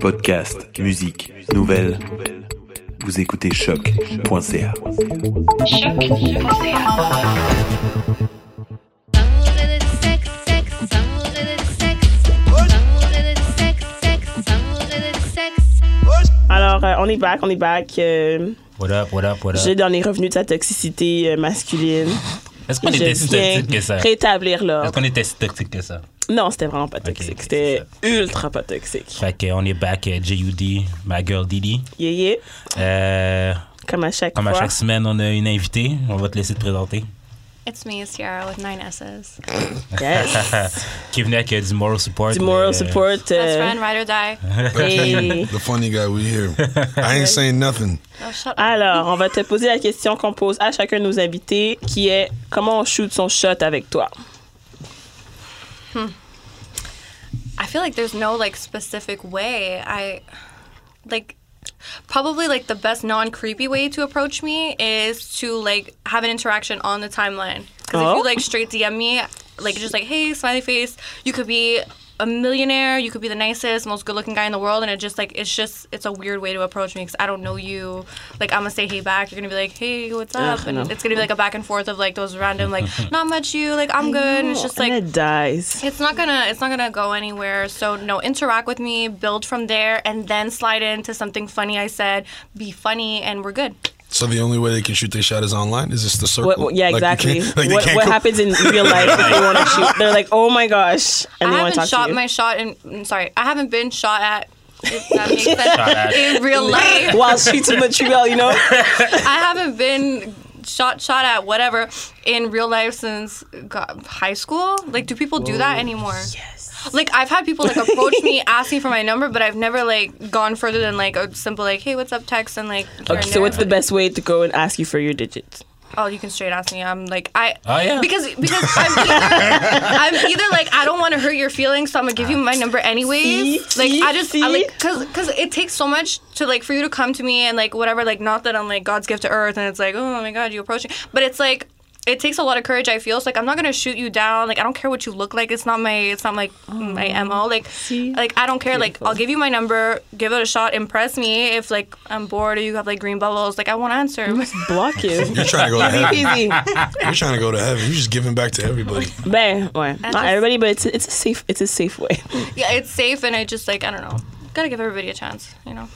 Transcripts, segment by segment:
Podcast, musique, nouvelles. Vous écoutez choc.ca. Alors, euh, on est back, on est back. euh, What up, what up, what up? Jude en est revenu de sa toxicité euh, masculine. Est-ce qu'on Je était si viens toxique que ça? rétablir Est-ce l'ordre. qu'on était si toxique que ça? Non, c'était vraiment pas toxique. ok, c'était ultra pas toxique. Fait qu'on est back, euh, JUD, ma girl Didi. Yeah, yeah. Euh, Comme à chaque comme à fois. chaque semaine, on a une invitée. On va te laisser te présenter. It's me, Ciara, with nine S's. Yes. Qui venait avec euh, du moral support. du moral euh, support. Best euh, friend, ride or die. et- The funny guy, we here. I ain't saying nothing. Oh, shut up. Alors, on va te poser la question qu'on pose à chacun de nos invités, qui est comment on shoot son shot avec toi. I feel like there's no like specific way. I like probably like the best non creepy way to approach me is to like have an interaction on the timeline. Because if Oh. you like straight DM me, like just like hey smiley face, you could be a millionaire, you could be the nicest, most good looking guy in the world, and it just like it's just it's a weird way to approach me because I don't know you. Like I'm gonna say hey back, you're gonna be like hey what's Ugh, up, and no. it's gonna be like a back and forth of like those random like not much you like I'm good, and it's Euh, just like And it dies. it's not gonna it's not gonna go anywhere. So no, interact with me, build from there, and then slide into something funny I said. Be funny, and we're good. So the only way they can shoot their shot is online? Is this the circle? What, what- yeah, Like, you exactly. can't- like, they what can't what go- happens in real life if they want to shoot? They're like, oh my gosh. And I they want to talk haven't shot to you. my shot, in I'm sorry, I haven't been shot at. If that makes sense. at. in real life, While she's in Montreal, you know? I haven't been shot shot at whatever in real life since God, high school. Like, do people do that anymore? Yes. Like, I've had people like approach me asking for my number, but I've never like gone further than like a simple like, "Hey, what's up?" text and like. Okay, so what's the best way to go and ask you for your digits? Oh, you can straight ask me. I'm like I. Oh, yeah. Because because I'm either, I'm either like I don't want to hurt your feelings, so I'm gonna give you my number anyways. Ah. See? like See? I just I See? like because because it takes so much to like for you to come to me and like whatever. Like not that I'm like God's gift to earth, and it's like oh my God, you approaching, but it's like. It takes a lot of courage. I feel so like I'm not gonna shoot you down. Like I don't care what you look like. It's not my. It's not like Oh. my mo. Like, like I don't care. Like I'll give you my number. Give it a shot. Impress me. If like I'm bored or you have like green bubbles, like I won't answer. Mm. Block you. You're trying to go to heaven. Easy. You're trying to go to heaven. You're just giving back to everybody. Ben, ouais. Not just- everybody, but it's, it's a safe it's a safe way. Yeah, it's safe, and I just like I don't know. Gotta give everybody a chance, you know.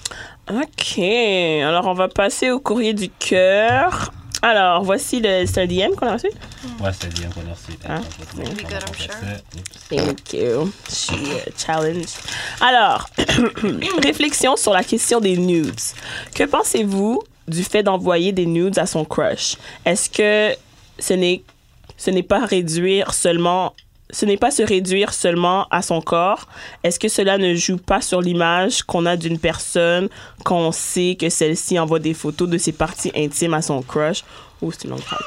OK. Alors, on va passer au courrier du cœur. Alors, voici le... C'est un DM qu'on a reçu? Ouais, c'est bien qu'on a reçu. Attends, je vais te montrer Be good, I'm comment on fait sure. ça. Oups. Thank you. Je suis euh, challenge. Alors, réflexion sur la question des nudes. Que pensez-vous du fait d'envoyer des nudes à son crush? Est-ce que ce n'est ce n'est pas réduire seulement ce n'est pas se réduire seulement à son corps. Est-ce que cela ne joue pas sur l'image qu'on a d'une personne quand on sait que celle-ci envoie des photos de ses parties intimes à son crush? Oh, c'est une longue phrase.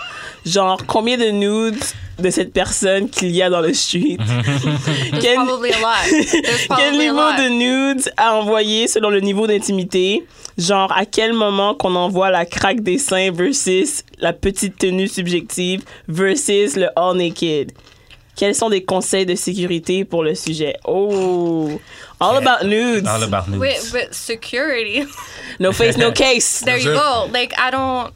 Genre, combien de nudes de cette personne qu'il y a dans le street? There's Quel- probably a lot. There's Quel probably a niveau lot. de nudes à envoyer selon le niveau d'intimité? Genre, à quel moment qu'on envoie la craque des seins versus la petite tenue subjective versus le all naked? Quels sont des conseils de sécurité pour le sujet? Oh! All about nudes! All about nudes. Wait, but security. No face, no case! There you it. go. Like I don't,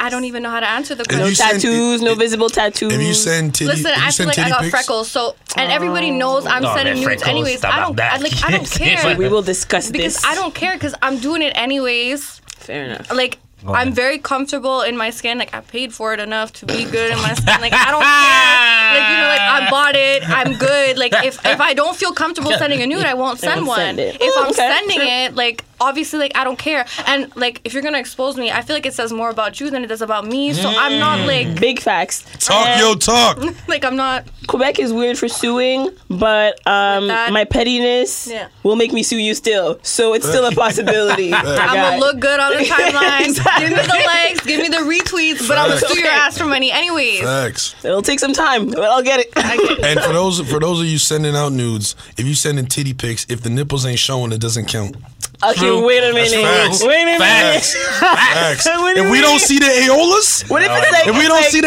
I don't even know how to answer the No you question. send- tattoos, no if- visible tattoos. If you send titty, Listen, if you I feel send like I titty got pics, freckles, so and everybody knows I'm Oh, sending man, nudes freckles, anyways. I don't, I, tabarnak. like I don't care We will discuss because this. I don't care because I'm doing it anyways. Fair enough. like Go I'm ahead. very comfortable in my skin. Like I paid for it enough to be good in my skin. Like I don't care. Like you know, like I bought it. I'm good. Like if, if I don't feel comfortable sending a nude, I won't send won't one. send it. If I'm Okay, sending sure. it, like obviously, like I don't care. And like if you're gonna expose me, I feel like it says more about you than it does about me. So I'm not like Big facts. Eh, talk And- yo talk. like I'm not. Quebec is weird for suing, but um, that- my pettiness Yeah. will make me sue you still. So it's still a possibility. I'm gonna look good on the timeline. Exactly. Give me the likes, give me the retweets, but I'm gonna sue your ass for money anyways. Facts. It'll take some time, but I'll get it. I get it. And for those for those of you sending out nudes, if you sending titty pics, if the nipples ain't showing, it doesn't count. Okay, True. wait a minute. facts. Wait a minute. Facts. Facts. What do If you we mean? don't see the aeolas, What if it's like if we don't like, see the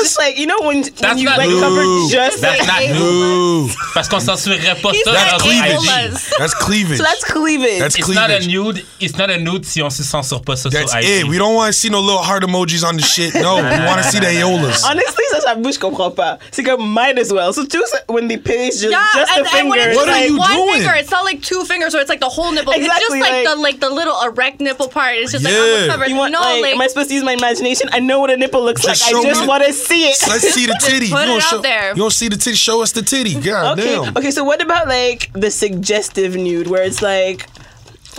it's like you know when, when That's you not like new. cover just That's like not Like, new. ooh, Parce qu'on censurerait pas ça like dans that's un aeolas. IG. cleavage. That's cleavage. so that's cleavage. That's It's not a cleavage. nude. It's not a nude si on se censure pas ça That's sur IG. it. We don't want to see no little heart emojis on the shit. No, we want to see the aeolas. Honestly, ça, ça bouge, je comprends pas. C'est comme might as well. So choose when the page just, Yeah, just and, the and when finger. it's What are like you one doing? finger, it's not like two fingers or it's like the whole nipple. Exactly, it's just like, like- the like the little erect nipple part. It's just Yeah. like I'm covered. You want, no, like, am I supposed to use my imagination? I know what a nipple looks Just like. show I me just the- want to see it. Let's see the titty. Put you it don't out show, there. You don't see the titty. Show us the titty. God Okay. damn. Okay. So what about like the suggestive nude, where it's like,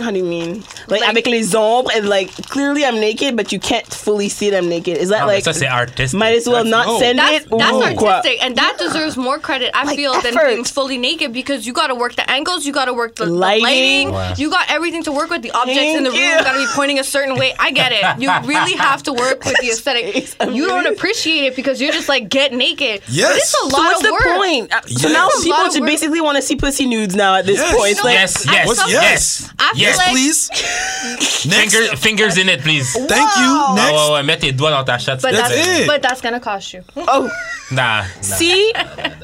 how do you mean? Like, Like- avec les ombres and like clearly I'm naked, but you can't fully see that I'm naked. Is that Ah, mais like ça c'est artistique. might as well That's- not no. send that's it? that's Ooh, quoi. artistic, and that deserves more credit. I Like feel than effort. being fully naked because you got to work the angles, you got to work the the Lighting. lighting, Wow. you got everything to work with. The objects in the Thank room you. got to be pointing a certain way. I get it. You really have to work with the aesthetic. It's amazing. You don't appreciate it because you're just like get naked. But Yes. it's a lot So what's of the work. point? Uh, So Yes. now a lot It's people of to work. basically want to see pussy nudes now at this Yes. point. It's No, like Yes, I- yes, What's some- yes? I feel Yes, like Please. Next. Finger- fingers in it, please. Thank you. Ah Next. ouais, ouais, mets tes doigts dans ta chatte. But That's that's, it. but that's gonna cost you. oh. Nah. nah. See,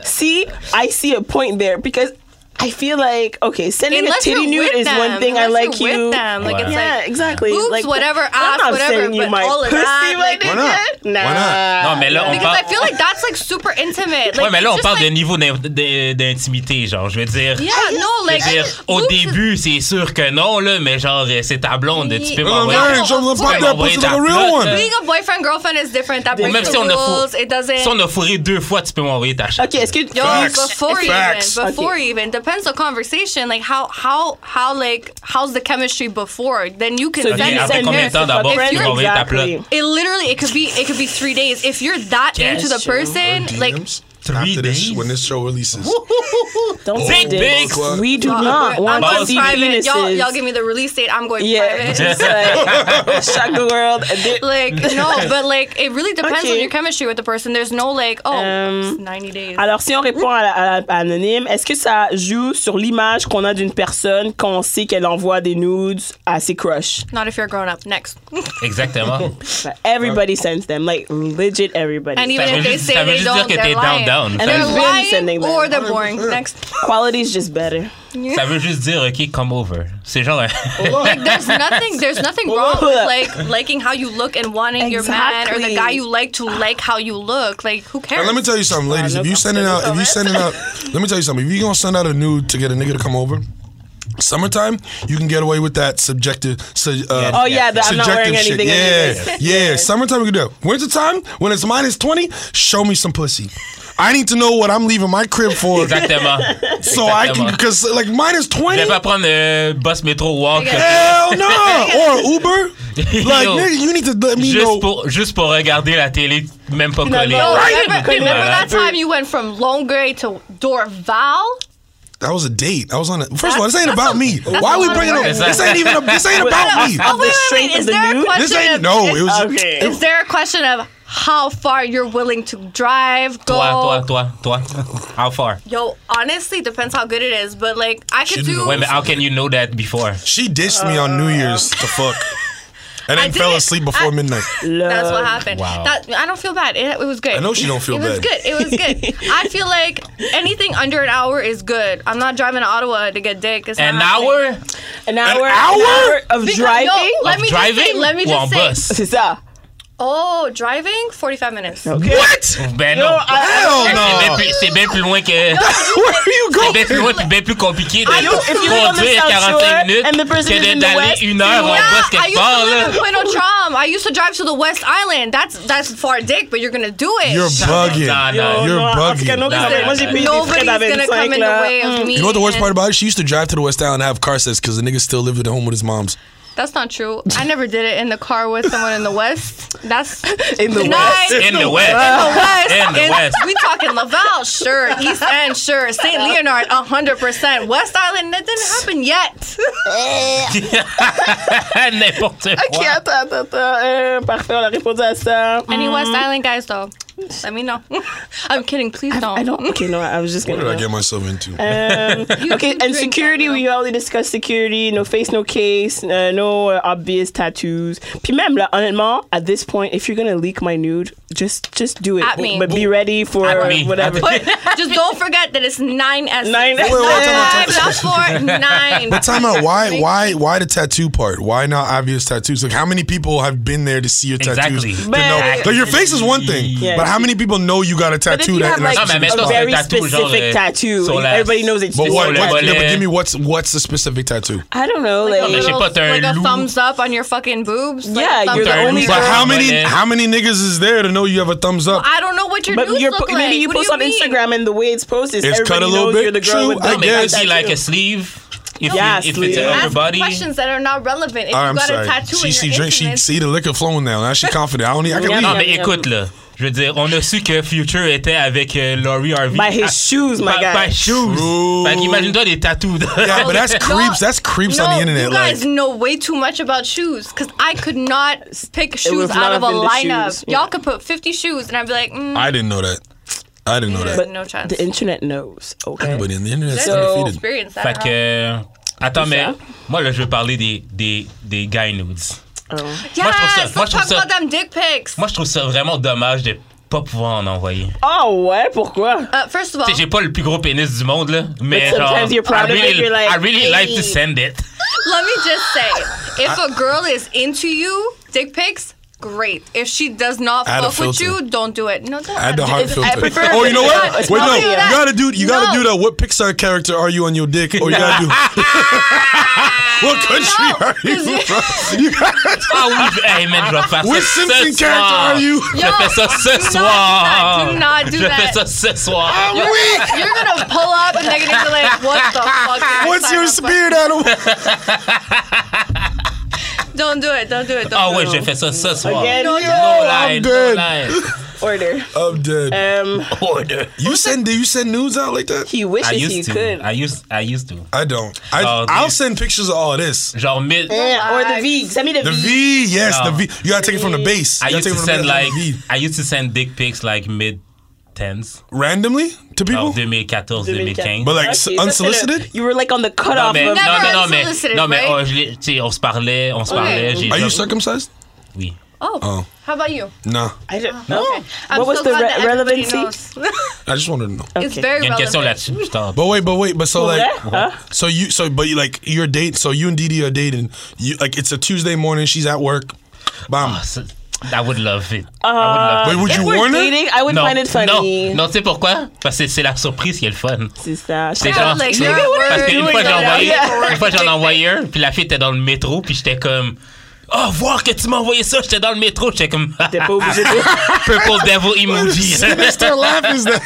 see, I see a point there because I feel like okay, sending Unless a you're titty nude with is them. one thing. I Unless like you're you. With them. Like Wow. it's yeah, like exactly. boobs, like, whatever, I'm ass, not whatever, sending you but my all of pussy, that, my like- nigga. Why not? Nah. Why not? Non, mais là, on because parle. I feel like that's like super intimate. Like, ouais, mais là, it's on just, parle like, de niveau d'in- d'in- d'intimité, genre, je veux dire. Yeah, no, like Je veux dire, au boobs is- début, c'est sûr que non, là, mais genre, euh, c'est ta blonde, tu peux Yeah. Oh, m'envoyer. Yeah. man, show them Ouais, pop that ouais, pussy like a ouais, real one. Being a boyfriend girlfriend is different. That Ou breaks même the si on a rules. fourré, It doesn't. si on a fourré deux fois, tu peux m'envoyer ta chatte. Okay, est-ce que Yo, Ah, Facts. before Facts. even, before Okay. even depends the conversation. Like how how how like how's the chemistry before? Then you can So send do you it. après send combien de nudes temps to d'abord fuck tu friends? vas envoyer ta Exactly. plate? It literally it could be it could be three days if you're that into the Yes. person. Like DMs Three after this, days? when this show releases. Don't Oh, send big dicks. fuck. We do y'all- not uh, I'm want to going see Ah, private. Y'all y'all penises. give me the release date. I'm going Yeah, private. just like shock the world. a dick. Like no, but like it really depends Okay. on your chemistry with the person. There's no like oh Um, it's 90 days. Alors, si on répond à, la- à la- à anonyme, est-ce que ça joue sur l'image qu'on a d'une personne quand on sait qu'elle envoie des nudes à ses crushs? Not if you're grown up. Next. Exactement. Like, everybody sends them, like legit everybody. And even veut if they juste- say ça veut they juste dire don't, que they're t'es lying. down, down. Ça They're veut- Sending lying them. or they're boring. Next. Quality is just better. Oh, Ça veut juste dire, OK, come over. C'est genre un- Like there's nothing there's nothing wrong with like liking how you look and wanting your man or Exactly. the guy you like to like how you look. Like who cares? And let me tell you something, ladies. no If you sending out, if you compliments. sending out, let me tell you something. If you gonna send out a nude to get a nigga to come over, summertime, you can get away with that subjective. su- uh, Oh yeah, the, I'm not subjective wearing anything. shit. anyways. Yeah, yeah. Summertime we can do. it. Wintertime, when it's minus twenty, show me some pussy. I need to know what I'm leaving my crib for, Exactement. so I can Exactement. because like minus Je twenty. vais pas prendre euh, bus métro walk. Regarde. Hell no! Or Uber. Like, Yo. nigga, you need to let me know. Juste pour, juste pour regarder la télé, même pas collée. non, Yo, Right. remember, Couldn't remember have that happened. time you went from Longueuil to Dorval? That was a date. I was on a. First of all, this That's- ain't that's about a- me. that's Why a we lot of bringing up? work. This ain't even. A, this ain't about me. Of Oh, the wait, wait, strength wait. of Is the there a nude? question? This ain't. of- No, is- it was. Okay. Is there a question of how far you're willing to drive, go? Toi, toi, toi, toi. How far? Yo, honestly, depends how good it is, but like I could Shouldn't do. know. Ouais, mais how can you know that before? She ditched me on New Year's to fuck, and I then fell didn't- asleep before I- midnight. That's what happened. Wow. That, I don't feel bad. It, it was good. I know she don't feel it bad. was good. It was good. I feel like anything under an hour is good. I'm not driving to Ottawa to get dick. It's An not happening. hour? An hour, hour? an hour of Because- driving. yo, let me driving? Just say, let me ou en just say. bus? C'est ça. Oh, driving? 45 minutes. Okay. What? Ben Yo, non. I- Hell C'est bien no! plus- C'est bien plus loin que. Where are you C'est bien plus going? loin puis bien plus compliqué de I used- if you live on the conduire South 45 Shore minutes and the person is que in de- the d'aller West, une heure en Yeah, bus I quelque used to live part. in Pointe aux Trembles. I used to drive to the West Island. That's that's far dick, but you're gonna do it. You're Nah, bugging. nah. Yo, uh, You're non, en tout cas, non, bugging. quand même, moi j'ai payé des frais Nobody's gonna d'avec come in the là. way of me. You know what the worst and- part about it? She used to drive to the West Island and have car sex because the nigga still lived at home with his moms. That's not true. I never did it in the car with someone in the West. That's In the denied. In the West. the West. In the is- West. We talking Laval, sure. East End, sure. St. Leonard, 100%. West Island, that didn't happen yet. N'importe Ok, quoi. attends, attends, attends. Euh, parfait, on a répondu à ça. Any West Island guys, though? Let me know. Mm. I'm kidding. Please don't. Ah, I don't. Okay, no, I was just What gonna. did I get myself into? Okay, and security, we already discussed security, no face, no case, uh, no uh, obvious tattoos. Puis même, là, honnêtement, at this point, if you're gonna leak my nude, just just do it. At me. But be ready for At me. whatever. At Just don't forget that it's nine S. Nine It's Wait, wait, wait, not time out, five, not four, nine. But time out. Why? Why? Why the tattoo part? Why not obvious tattoos? Like, how many people have been there to see your tattoos? Exactly. To Man. know, like your face is one thing, Yeah. but how many people know you got a if tattoo? you have, that- and that's like, Non, mais what a mettons, you- c'est very un tatou, genre, specific euh, tattoo. sur la- Everybody knows it's But just what? sur le what volet. yeah, but give me what's what's the specific tattoo? I don't know, like, a je sais little- pas, t'as un like a loup. thumbs up on your fucking boobs. Like Yeah, a thumbs you're the up. T'as un only loup But sur girl. le how many volet. how many niggas is there to know you have a thumbs up? I don't know what your But boobs you're, look like. maybe you What do post on mean? Instagram and the way it's posted, It's cut everybody a little knows bit. you're the girl True, with I the mais guess. is he like a tattoo. sleeve? If, Yeah, you, if it's sleeve. an upper Ask body? questions that are not relevant. If you Oh, I'm got sorry. a tattoo She in she your drink. She intimates- see the liquor flowing now. Now she confident. I don't need. I can Yeah. read. Non, Yum, mais yum. Ah, ben, écoute, là. Je veux dire, on a su que Future était avec euh, Laurie Harvey. By his Ah, shoes, my by- guy. By shoes. True. Fait qu'imagine-toi des tattoos. Yeah, but that's No, creeps. That's creeps no, on the internet. You guys Like, know way too much about shoes because I could not pick shoes would out not of a have been the lineup. shoes, yeah. Y'all could put 50 shoes and I'd be like, mm, I didn't know that. I didn't know that. no chance. The internet knows. Okay. But in the internet's So- undefeated. experience. I Fait don't que. know. euh, Attends, mais. ça. Moi, là, je veux parler des, des, des guy nudes. Oh. Yes, Moi, je trouve ça- moi, let's je trouve talk ça- about them dick pics. Moi, je trouve ça vraiment dommage de pas pouvoir en envoyer. Oh, ouais, pourquoi? Uh, first of all, Tu sais, j'ai pas le plus gros pénis du monde, là. Mais But genre. sometimes you're proud I of it, really, you're like, I really like hey. to send it. let me just say, if a girl is into you, dick pics, great. If she does not Add a fuck with filter. you, don't do it. No, don't I had the add- hard it's- filter. I prefer- oh, you know No, what? it's Wait, no. probably You that. gotta do. You gotta No. do that. What Pixar character are you on your dick? Or you gotta do. what country No, are you 'cause from? You gotta. Ah oui, je- hey man, je vais faire Which ça. Simpson ce character soir. are you? Je Yo, fais ça do ce not soir. do that. Do not do je that. fais ça ce soir. Ah You're, you're gonna pull up and they're gonna be like, what the fuck? did I What's sign your up for?" spirit animal? Don't do it. Don't do it. Don't Ah do ouais, it. j'ai fait ça ce soir. Again, no I'm lie, no dead. lie. Order. I'm dead. Um, Oh, Order. You send? Do you send nudes out like that? he I wishes he used to. could. I used, I used to. I don't. I Oh, I'll dude. send pictures of all this. Genre mille. Yeah, or the V. Send me the, The V. V, yes, No. the V. You gotta take it from the base. I You used gotta take to it from the send base. like, V. I used to send dick pics like mid tens, randomly to genre people, 2014, 2015. 2015 but like Okay, s- ça, c'est le- unsolicited. you were like on the Non cutoff mais, non, of. Never non, non, mais, unsolicited, non, mais right? oh, je l'ai- tu sais, on se parlait, on se parlait. j'ai Are you genre- circumcised? Oui. Oh. Oh. How about you? Nah. I don't know. Oh, I'm What was so the glad re- that everybody relevancy? knows. I just wanted to know. It's Okay. very Il y a une question relevant. là-dessus plus tard. But wait, but wait, but so Pour like, vrai? Hein? so you, so but you like you're date, so you and Didi are dating. You like it's a Tuesday morning. She's at work. Bam. Ça- I would love it. I would love Wait, it. would If you we're warn her? dating, I would non, find it funny. non, non, tu sais pourquoi? Parce que c'est la surprise qui est le fun. C'est ça. C'est Yeah, genre, like, c'est- you're parce worried. qu'une fois j'ai Yeah, envoyé, yeah. une fois j'en ai envoyé un, puis la fille était dans le métro, puis j'étais comme, oh voir que tu m'as envoyé ça, j'étais dans le métro, j'étais comme, T'es pas obligé de. purple devil emoji. Mr. Laugh is that?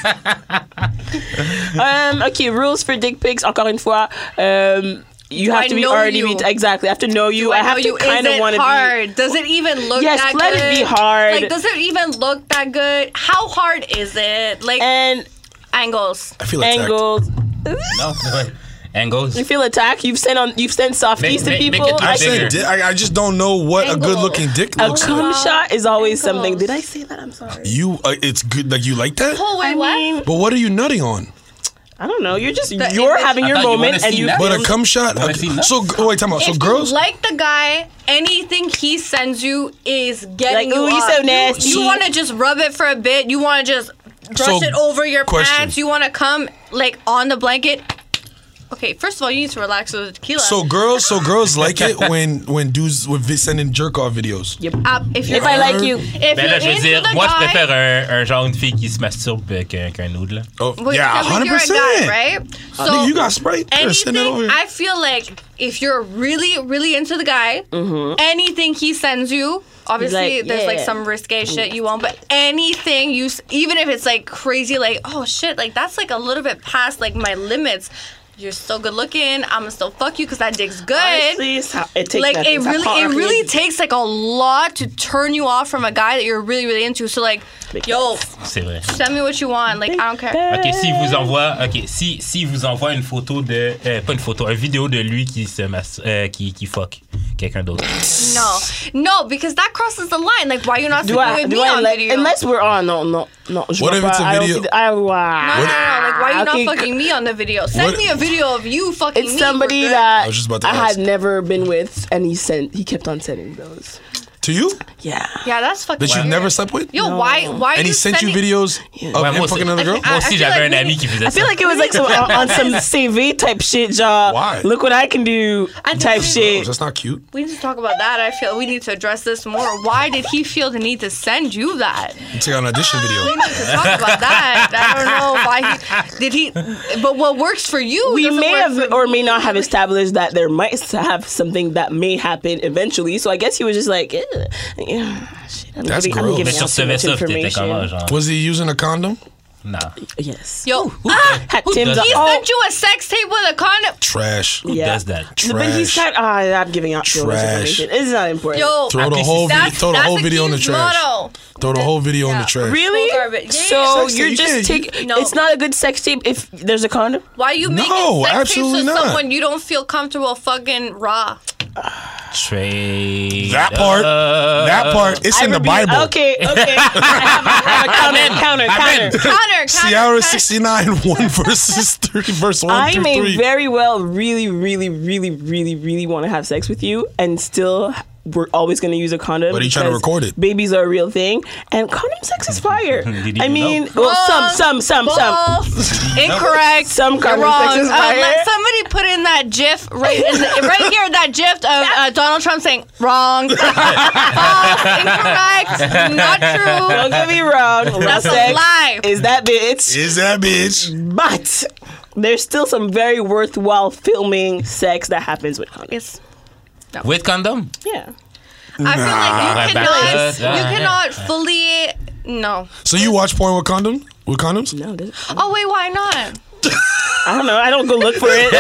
um, okay, rules for dick pics. Encore une fois. Um, you have I to be know already you? be exactly. I have to know you. Do I know have to you- is kind of it want to be. hard? Does it even look Yes, that let good? it be hard. Like, does it even look that good? How hard is it? Like, And angles. I feel attacked. angles. non, ouais. Angles. You feel attacked. You've sent on. You've sent softies Make- to make- make people. it I I- bigger. said, di- I, I just don't know what Angle. a good looking dick a looks like. cum shot is always Ankles. something. Did I say that? I'm sorry. You, uh, it's good. Like you like that. Oh, wait, I what? mean, But what are you nutting on? I don't know. You're just The you're image- having I your thought you moment, wanna and see you that. But a cum shot. Wanna see A, nuts? so g- wait, time out. So if girls. you like the guy, anything he sends you is getting Like, you ooh, you up. so nasty. You, want to just rub it for a bit. You want to just brush So, it over your question. pants. You want to come like on the blanket. Okay, first of all, you need to relax with the tequila. So girls, so girls like it when when dudes with vi- sending jerk off videos. Up, if you're If I like you, Ben if là, je you're veux dire, into the moi, je guy, préfère un, un genre une fille qui se masturbe euh, qu'un qu'un nude, là. Oh well, yeah, because hundred You're a guy, percent. right? So Nigga, you got Sprite. There, anything. send it over here. I feel like if you're really, really into the guy, anything he sends you, obviously Mm-hmm. like, there's like yeah. Mm. some risque shit you want, but anything you, s- even if it's like crazy, like oh shit, like that's like a little bit past like my limits. You're still good looking. I'ma still fuck you because that dick's good. honestly, it's how- it takes like nothing. it Ça really, prend it rien really du- takes like a lot to turn you off from a guy that you're really, really into. So like, Big yo, C'est vrai. send me what you want. Like I don't care. Ok, s'il vous envoie, ok, si, si vous envoie une photo de, euh, pas une photo, une vidéo de lui qui se mas- euh, qui, qui fuck, quelqu'un d'autre. No, no, because that crosses the line. Like, why are you not Do sleeping I, with do me I on like, video? unless we're on, non, non, non, je What vois if pas, it's a I don't video? see- I, wow. no, no, no, no. Like, why are you Okay, not fucking me on the video? Send What- me a video of you fucking It's me. somebody We're good. that I was just about to I ask. had never been with, and he sent, he kept on sending those. To you? Yeah. Yeah, that's fucking. That you've weird. never slept with? Yo, why? Why? Are And you he sent you sending- videos of Ouais, him moi, aussi, fucking another girl? Oh, moi aussi, I feel j'avais un like we- ami qui faisait I ça. feel like it was like some, on, on some CV type shit, y'all. Why? Look what I can do I think type we- Oh, shit. That's not cute. We need to talk about that. I feel we need to address this more. Why did he feel the need to send you that? It's like an audition video. We need to talk about that. I don't know why he did he. But what works for you? We doesn't may work have for or may not have established that there might have something that may happen eventually. So I guess he was just like, "Ew, ew, shit, I'm That's giving, gross. I'm Mais giving Mais out sur too ce much vaisseau, t'étais comment, information. genre? Was he using a condom? Non. Yes. Yo, ah, Had Oh. who- Tim's he all- sent you a sex tape with a condom. Trash. Who Yeah. does that? But he's Trash. kind of, ah, I'm giving out too much Trash. information. It's not important. Yo, Throw the That's- whole video, that's throw the that's whole the video in the king's trash. Motto. Throw the whole video in the Yeah. trash. Really? Full garbage. Yeah, so yeah, yeah. you're You just can't- taking. you- No. It's not a good sex tape if there's a condom. Why you making No, sex absolutely tapes with not. someone you don't feel comfortable fucking raw? Trade. That part. Uh, That part. It's I in the rebuke- Bible. Okay, okay. I have, I have a counter, counter, Amen. counter. Counter, counter, Sierra counter. 69, 1 verses 30, verse 1 I through may 3. very well really, really, really, really, really want to have sex with you and still we're always going to use a condom. But are you trying to because record it? Babies are a real thing and condom sex is fire. Did he I know? mean, well, some, some, some, some. Balls. Incorrect. Some You're condom wrong. sex is Um, fire. let somebody put in that GIF right in the, right here. That GIF of uh, Donald Trump saying wrong, false, incorrect, not Don't true. get me wrong. That's a sex lie. Is that bitch? Is that bitch? But there's still some very worthwhile filming sex that happens with condoms. It's- With condom? Yeah. I feel like Right you back cannot, to that. you Yeah. cannot fully. No. So you watch porn with condom? With condoms? No, there's- Oh wait, why not? I don't know. I don't go look for it.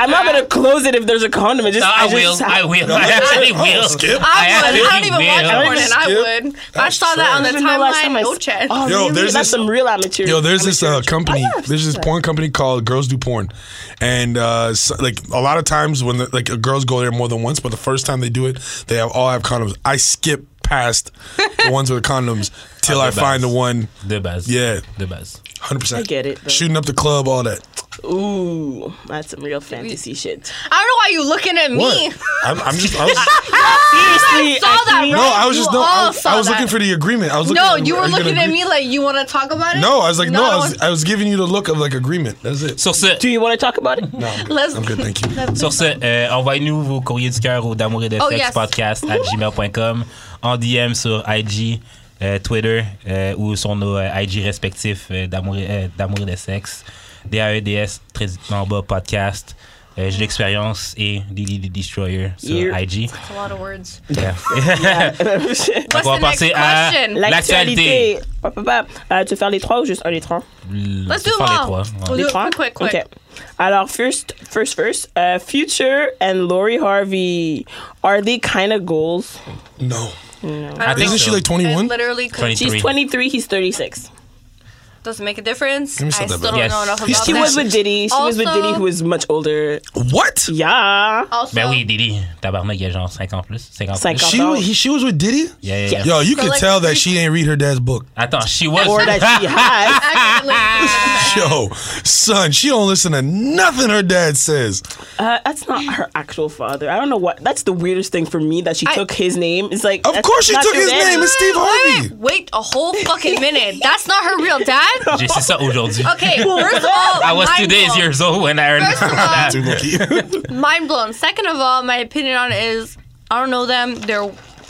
I'm not gonna close it if there's a condom. It just, No, I, just- will. I will. I actually Oh, will. skip. I would. I don't absolutely even watch will. porn, and I Skip. would. I saw that trash. on the I didn't know last time I timeline. s- No chance. Oh, Yo, really? there's That's this- some real amateur. Yo, there's this uh, amateur- company. Oh, yeah, I've there's this seen porn company called Girls Do Porn, and uh, so, like a lot of times when the, like girls go there more than once, but the first time they do it, they have all have condoms. I skip past the ones with the condoms till I Other find the bands. one. De base. Yeah. De base. Hundred percent. I get it, though. Shooting up the club, all that. that. Ooh, that's some real fantasy shit. I don't know why you looking at me. What? I'm, I'm just. I was, Seriously, saw that, think- no, I was You just no. all I was, I saw was looking that. for the agreement. I was looking. No, at- you are were gonna looking at agree? me like you want to talk about it. No, I was like, no. I was, want- I was giving you the look of like agreement. That's it. Sur ce, Do you want to talk about it? No, I'm good. Let's- I'm good. Thank you. Sur ce, euh, envoyez-nous vos courriers du cœur au d'amour et de Oh, sexe yes. podcast à gmail.com, en DM sur IG, euh, Twitter euh, ou sur nos euh, IG respectifs euh, d'amour et euh, d'amour et de sexe, DAEDS, très en bas podcast. euh, J'ai l'expérience et Lily the Destroyer sur Yeah. IG. That's a lot of words. Yeah. What's on va the next passer à- question? La- L'actualité. Pop, pop, pop. Euh, tu veux faire les trois ou juste un des trois? Let's do On them fait les all. trois, We'll ouais. Les do it trois? quick, quick, quick. OK. Alors, first, first, first, euh, Future and Lori Harvey, are they kind of goals? No. I don't think Isn't know. she like I 21? literally could- 23. She's 23, he's 36. doesn't make a difference. me I some still of that don't back. Yes. know enough He's about She Okay. was that. with Diddy. She was with Also- Diddy, who was much older. What? Yeah. Also, Ben oui, Didi. Tabarnak, il y a genre 50 plus. 50 Cinq plus. ans. She wa- he, she was with Diddy. Yeah, yeah, yeah. Yo, you So, could like, tell that she- she ain't read her dad's book. Attends, she was. Or that she has. Actually, Yo, son, she don't listen to nothing her dad says. Uh, that's not her actual father. I don't know what. That's the weirdest thing for me that she I- took his name. It's like Of that's course she not took your his dad. name. It's Steve Harvey. Wait a whole fucking minute. That's not her real dad. J'ai su ça aujourd'hui. Okay, first of all, I was two mind days blown. years old when I Oh, First of earned all, Too lucky. mind blown. Second of all, my opinion on it is I don't know them. They're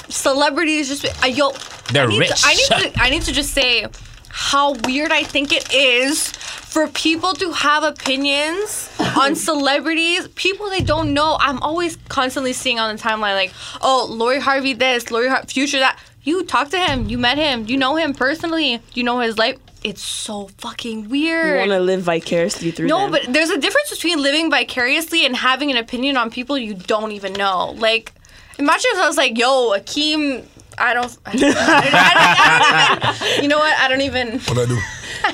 celebrities. Just I, yo, They're I need rich. To, I need to. I need to just say how weird I think it is for people to have opinions on celebrities, people they don't know. I'm always constantly seeing on the timeline like, oh, Lori Harvey this, Lori Har- Future that. You talk to him. You met him. You know him personally. You know his life. It's so fucking You weird. want to live vicariously through No, them. but there's a difference between living vicariously and having an opinion on people you don't even know. Like, imagine if I was like, yo, Akeem I don't. I don't, I don't even. You know what? I don't even. What I do?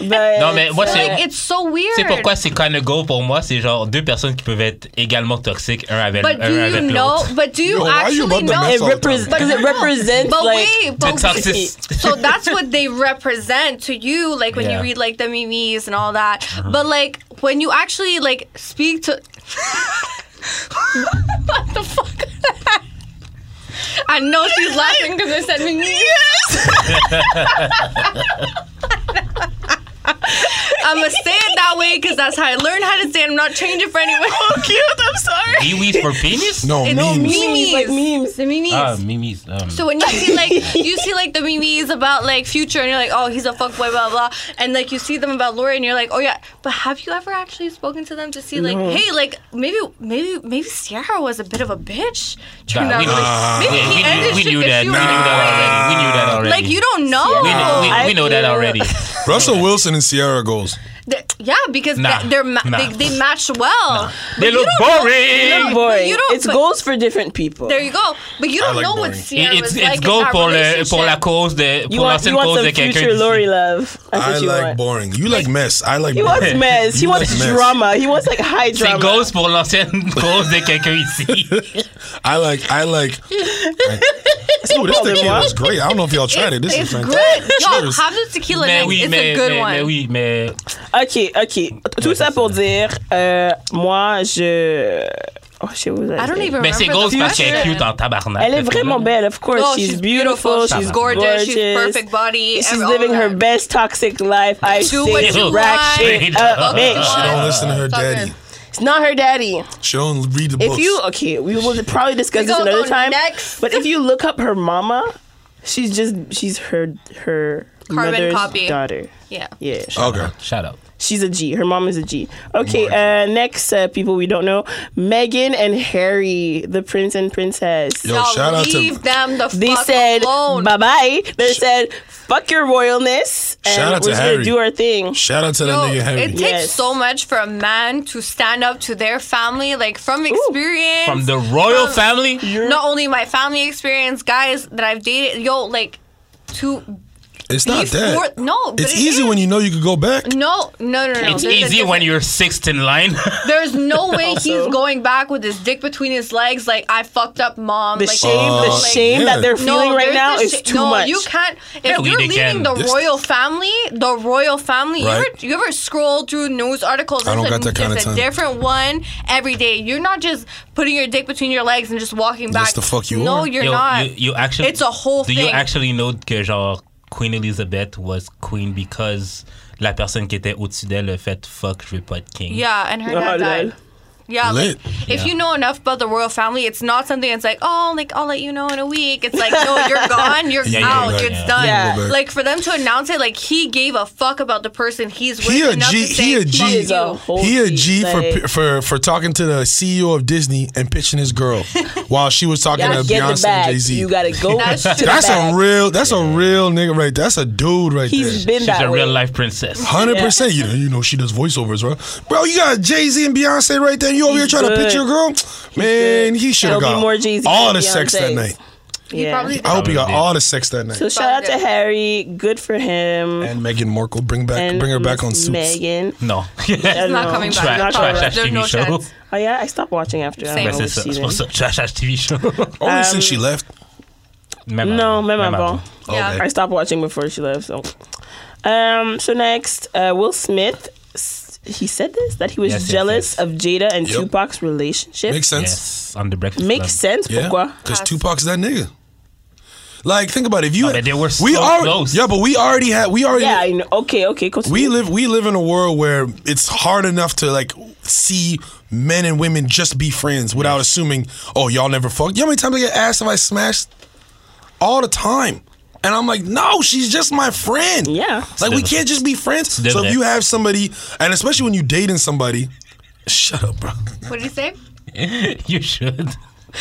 But Non, mais moi, c'est. Like, it's so weird. C'est pourquoi c'est kind of go pour moi. C'est genre deux personnes qui peuvent être également toxiques, un avec But un do you avec know? l'autre. But do you Yo, why are actually you about to know? mess it, all the time. represents because But it no. represents But like wait, but It's toxicity. wait. so that's what they represent to you, like when Yeah. you read like the memes and all that. But like when you actually like speak to, what the fuck? I know she's laughing because I said memes. I'm gonna say it that way because that's how I learned how to say it. I'm not changing for anyone. Oh, cute! I'm sorry. Kiwis for penis? No, It's memes. memes. memes, like memes. The memes. Ah, mimis. um, So when you see like you see like the memes about like future and you're like, oh, he's a fuckboy, blah blah, and like you see them about Lori and you're like, oh yeah. But have you ever actually spoken to them to see like, hey, like maybe maybe maybe Sierra was a bit of a bitch. Turned nah, out we, like, we- maybe Ah. we he ended knew, we shit knew because that. she We knew was that already. We knew that already. Like you don't know. We know, we, we I know that feel- already. Russell Wilson and Sierra goals. Th- yeah, because Nah, they, they're ma- nah. they, they match well. They look boring. But Boy, you don't- it's but- goals for different people. There you go. But you don't like know what boring. Sierra it's was it's like in go that pour, le, relationship. pour la cause You de pour want, you l'ancienne want cause some de quelqu'un. future d'ici. Lori love. That's I what you like want. boring. You like mess. I like. He wants boring. mess. He You wants like mess. drama. He wants like high C'est drama. goes pour l'ancienne cause de quelqu'un ici. I like. I like. Ooh, this tequila is great. I don't know if y'all tried it. This It's is good. fantastic. Yo, Cheers. have the tequila. mais next. oui, it's mais, a good mais, one. mais oui, mais Ok, ok. Tout ça pour dire, euh, moi, je. Oh, je sais où vous allez. I don't even mais c'est remember goes the parce qu'elle est question. cute en tabarnak. Elle est cette vraiment fille-là. belle, of course. Oh, she's, she's beautiful. beautiful, She's she's gorgeous, she's perfect body, She's and all living of her that. best toxic life. I Do say what you rack want. shit up, bitch. She don't listen to her Stop it. daddy. It's not her daddy. She don't read the If books. you okay, we will probably discuss We this gonna another go time. next. But if you look up her mama, she's just she's her her Carbon mother's copy. daughter. Yeah. Yeah. okay. Shout out. She's a G. Her mom is a G. Okay, uh, next uh, people we don't know: Megan and Harry, the prince and princess. Yo, shout out to- leave them the They fuck said alone. bye bye. They said fuck your royalness, and Shout out to we're just Harry. gonna do our thing. Shout out to that Yo, nigga Harry. it Yes. takes so much for a man to stand up to their family, like from experience. From the royal From- family, not only my family experience, guys that I've dated, yo, like to it's not be that. for- no, but it's it easy is. when you know you could go back. no, no, no, no. it's There's a easy when difference. you're sixth in line. There's no way Also. he's going back with his dick between his legs. Like I fucked up, mom. The like, shame, the Uh, shame yeah. that they're feeling right there's now this is shit- too no, much. You can't. If Yeah, we you're did can. leading the This- royal family, the royal family, Right. you, ever, you ever scroll through news articles? I don't there's got that a, kinda there's time. a different one every day. You're not just putting your dick between your legs and just walking back. Yes, the fuck you No, are. you're Yo, not. You, you actually, It's a whole do you thing. actually know que genre Queen Elizabeth was queen because la personne qui était au-dessus d'elle a fait fuck, je veux pas être king. yeah, and her Oh, dad lol. died. Yeah, like, Lit. if Yeah. you know enough about the royal family, it's not something that's like, oh, like I'll let you know in a week. It's like, no, you're gone, you're Yeah, yeah, out, yeah, it's yeah. done. Yeah. Yeah. Like for them to announce it, like he gave a fuck about the person he's with. He a enough G- to say, he a fuck G. She is a you. whole he a G G, like- for for for talking to the CEO of Disney and pitching his girl while she was talking gotta to get the Beyonce and bag. Jay You Z. gotta go. That's to the true. That's bag. a real. That's a real nigga right. That's a dude right He's there. been She's that a way. real life princess. Hundred percent. You know, you know she does voiceovers, bro. Bro, you got Jay Z and Beyonce right there. You over here He's trying to good. pitch your girl, man. good. He should There'll have be got more Jay-Z all than the sex that Beyonces. night. He Yeah. probably I hope he got Probably. all the sex that night. So shout out to Harry. Good for him. And Meghan Markle, bring back, And bring her back on Miss Suits. Megan. Non. I not know. coming back. Not coming Trash, Not coming back. trash There's TV no show. chance. Oh yeah, I stopped watching after. I Same. don't Ben, know c'est which ça. C'est season. pour ça, trash, trash TV show. Only um, since she left. Même No, avant, même avant. Yeah. Okay. I stopped watching before she left. So, um, so next, uh, Will Smith. s- He said this that he was Yes, yes, jealous yes. of Jada and Yep. Tupac's relationship. Makes sense. Yes, on the breakfast. Makes Club. sense. Pourquoi? because Tupac's that nigga. Like, think about it. If you, No, but they were so we already, close. yeah, but we already had, we already, Yeah, I know. Okay, okay. Continue. we live, we live in a world where it's hard enough to like see men and women just be friends without assuming, oh, y'all never fucked. You know how many times I get asked if I smashed? All the time. And I'm like, no, she's just my friend. Yeah. Like, we Still- can't just be friends. So different. if you have somebody, and especially when you're dating somebody, shut up, bro. What did he say? you should.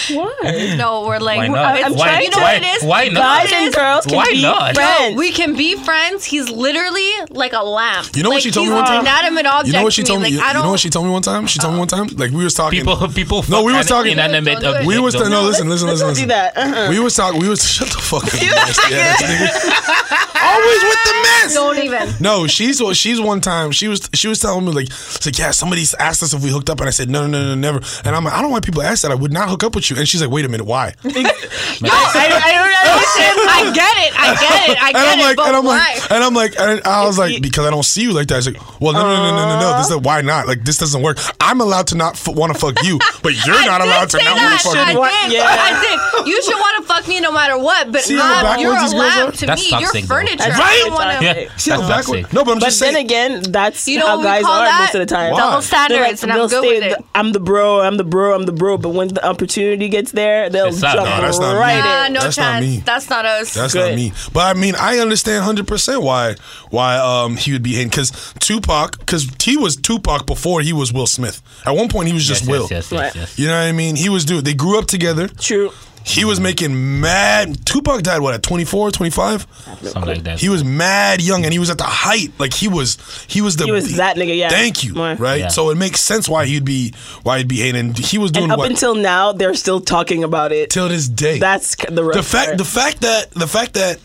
Why? No, we're like, Why we're- not? it's- Why- you know why- what it is? why You know not? what Guys it and is? girls can Why be not? No, friends. we can be friends. He's literally like a lamp. You know what Like, she told he's me one an time? Inanimate object. You know what she to told me? Like, you, I you don't. know what she told me one time? She told me one time. Like we was talking. People, people. No, fuck we was an- talking- Inanimate Don't do it. object, we was though. talking. No, listen, listen, listen. Don't do listen. that. Uh-uh. We was talking. We was shut the fuck up. nasty ass nigga. Always with the mess. Don't even. No, she's she's one time she was she was telling me like it's like yeah somebody asked us if we hooked up and I said no no no no never and I'm like I don't want people to ask that I would not hook up with you and she's like wait a minute why I, and I don't understand. I get it. I get it. I get I'm it. like but and I'm why? like and I'm like and I was like because I don't see you like that she's like well no no no no no no this is why not like this doesn't work I'm allowed to not f- want to fuck you but you're I not did allowed to say not that. want to fuck I me. did. Yeah. I did. You should want to fuck me no matter what, but See how I'm, you're a backwards these girls lamp are? to That's me. toxic, you're though. furniture. That's I right? don't wanna- Yeah, that's See how toxic. backward- no but I'm But just then saying again, that's You know how what we guys call are that? most of the time. Why? Double They're standards, and I'm they'll good say with it. th- I'm the bro, I'm the bro, I'm the bro. But when the opportunity gets there, they'll It's not- jump no, that's not me. right Nah, in. no That's not chance. me. That's not us. That's Good. not me. But I mean, I understand 100% why why um he would be hating cuz Tupac cuz he was Tupac before he was Will Smith. At one point he was just Yes, Will. yes, yes, Right. yes, yes. You know what I mean? He was dude, they grew up together. True. He was making mad Tupac died what at 24, 25? Something like that. He was mad young and he was at the height. Like he was he was the He was that nigga, yeah. Thank you. Right. Right? Yeah. So it makes sense why he'd be why he'd be hating. He was doing And up what until now, they're still talking about it. till this day. That's c- the rough the fact part. the fact that the fact that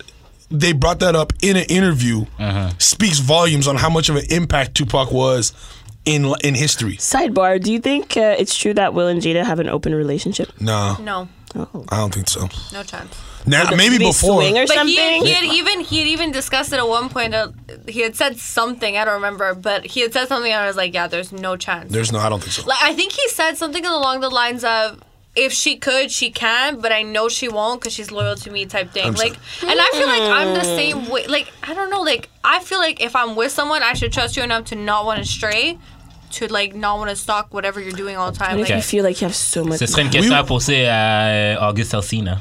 they brought that up in an interview speaks volumes on how much of an impact Tupac was in in history. Sidebar: Do you think uh, it's true that Will and Jada have an open relationship? No, No, I don't think so. no chance. Now, maybe Do they before. swing or But something. he had, he had even he had even discussed it at one point. Uh, he had said something I don't remember, but he had said something and I was like, yeah, there's no chance. There's no, I don't think so. like I think he said something along the lines of. If she could, she can, but I know she won't because she's loyal to me, type thing. I'm like, and I feel like I'm the Hmm. same way. Like, I don't know. Like, I feel like if I'm with someone, I should trust you enough to not want to stray, to like not want to stalk whatever you're doing all the time. What if Like, you feel like you have so much? Ce serait une question à poser à Auguste Alsina.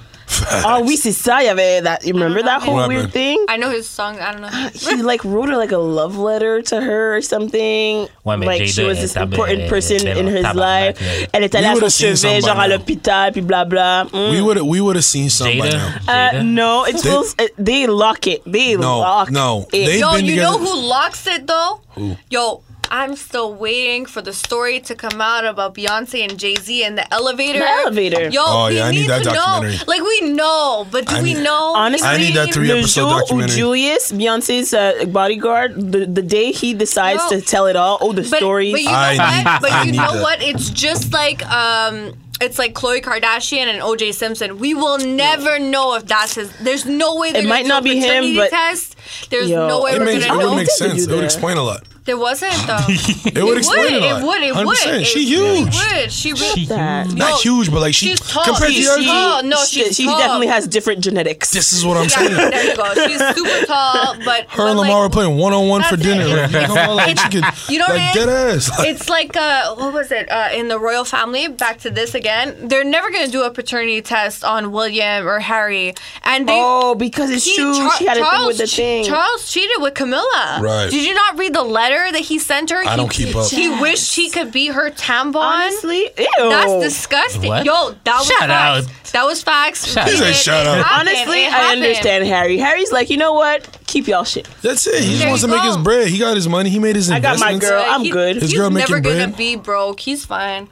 Oh oui, c'est ça. Il y avait that. You remember Uh-huh. that whole What weird happened? thing? I know his song. I don't know. he like wrote her like a love letter to her or something. Ouais, mais like she Jada was est this tab- important est- person est in his tabarnak, life. là. Elle est allée We à son would've seen chevet, some genre by à now. l'hôpital, puis blabla. Mm. We would we would have seen something by now. Jada. Euh, Uh, Jada? no, it's They- Will's. uh, They lock it. They No, lock no. it. They- They've Yo, been you know together- who locks it though? Yo, I'm still waiting for the story to come out about Beyonce and Jay Z in the elevator. The elevator. Yo, Oh, we yeah, I need, need that to know. documentary. Like we know, but do I we need- know? Honestly, I need that three the episode jour où documentary. Julius, Beyonce's uh, bodyguard, the, the day he decides No. to tell it all, oh, the But, stories. but you know I what? need- but I you need know that. what? It's just like um. It's like Khloe Kardashian and OJ Simpson. We will never know if that's his. There's no way. they're gonna might do not a be him, paternity but- Test. There's Yo. no way It, we're makes, it gonna would know. make They do sense. It would that. explain a lot. There wasn't though. It would It explain would. a lot. It would. It 100%. would. She It- huge. It would. She really. that. No, Not huge, but like Mm. she she's tall. compared She's to the huge. other. tall. Oh, No, she's she, tall. definitely has different genetics. This is what I'm Yeah, saying. there you go. She's super tall, but but Her and Lamar were like, playing one on one for that's dinner. it. Like, you know, like, she could, You know what like it is? dead ass. Like, It's like uh, what was it uh, in the royal family? Back to this again. They're never gonna do a paternity test on William or Harry, and they. oh, because it's he- true. Char- she had a thing with the che- thing. Charles cheated with Camilla. Right. Did you not read the letter that he sent her? I He- don't keep up. He wished he could be her tampon. Honestly, ew. That's disgusting. What? Yo, that was Shout facts. out. That was facts. Shout Read out. it. He said shout It out. happened. Honestly, It I happened. understand Harry. Harry's like, you know what? Keep y'all shit. that's it. He just There wants you to make go. his bread. He got his money. He made his I got investments. my girl. I'm He- good. His He's girl making never gonna bread. be broke. He's fine.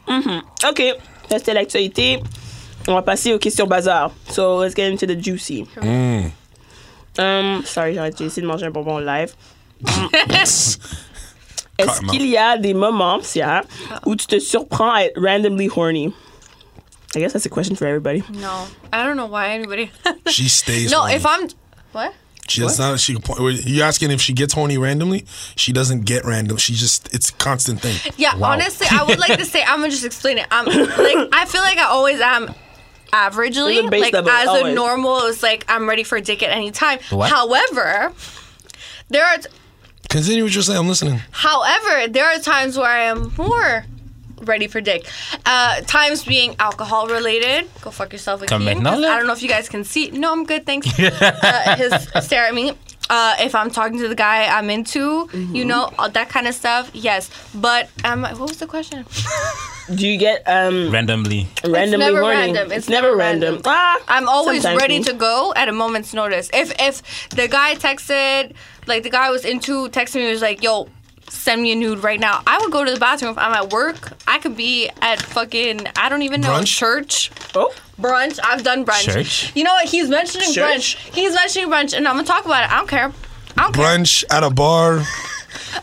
OK, ça c'était l'actualité. On va passer aux questions bazar. So, let's get into the juicy. Mm. Um, sorry, j'ai j'ai essayé de manger un bonbon live. Est-ce Carrément. qu'il y a des moments, Sia, Ah. où tu te surprends à être randomly horny? I guess that's a question for everybody. No, I don't know why anybody. She stays. no, horny. if I'm what? she does not. She you asking if she gets horny randomly? She doesn't get random. She just it's a constant thing. Yeah, Wow. honestly, I would like to say I'm gonna just explain it. I'm like I feel like I always am There's averagely a base like level, as always. a normal it's like I'm ready for dick at any time. What? However, there are Continue what you're saying. I'm listening. however there are times where I am more ready for dick. Uh, times being alcohol related. Go fuck yourself again. Come back now, look. I don't know if you guys can see. No, I'm good. Thanks. uh, his stare at me. Uh, if I'm talking to the guy I'm into, you know, all that kind of stuff. Yes, but am I, what was the question? Do you get um randomly. randomly never horny? random. It's never never random. random. Ah, I'm always sometimes ready me. to go at a moment's notice. If if the guy texted, like the guy I was into texted me was like, "Yo, send me a nude right now." I would go to the bathroom if I'm at work. I could be at fucking I don't even know Brunch? church Oh, brunch. I've done brunch. Church? You know what? He's mentioning Church? brunch. He's mentioning brunch, and I'm gonna talk about it. I don't care. I don't care. Brunch at a bar.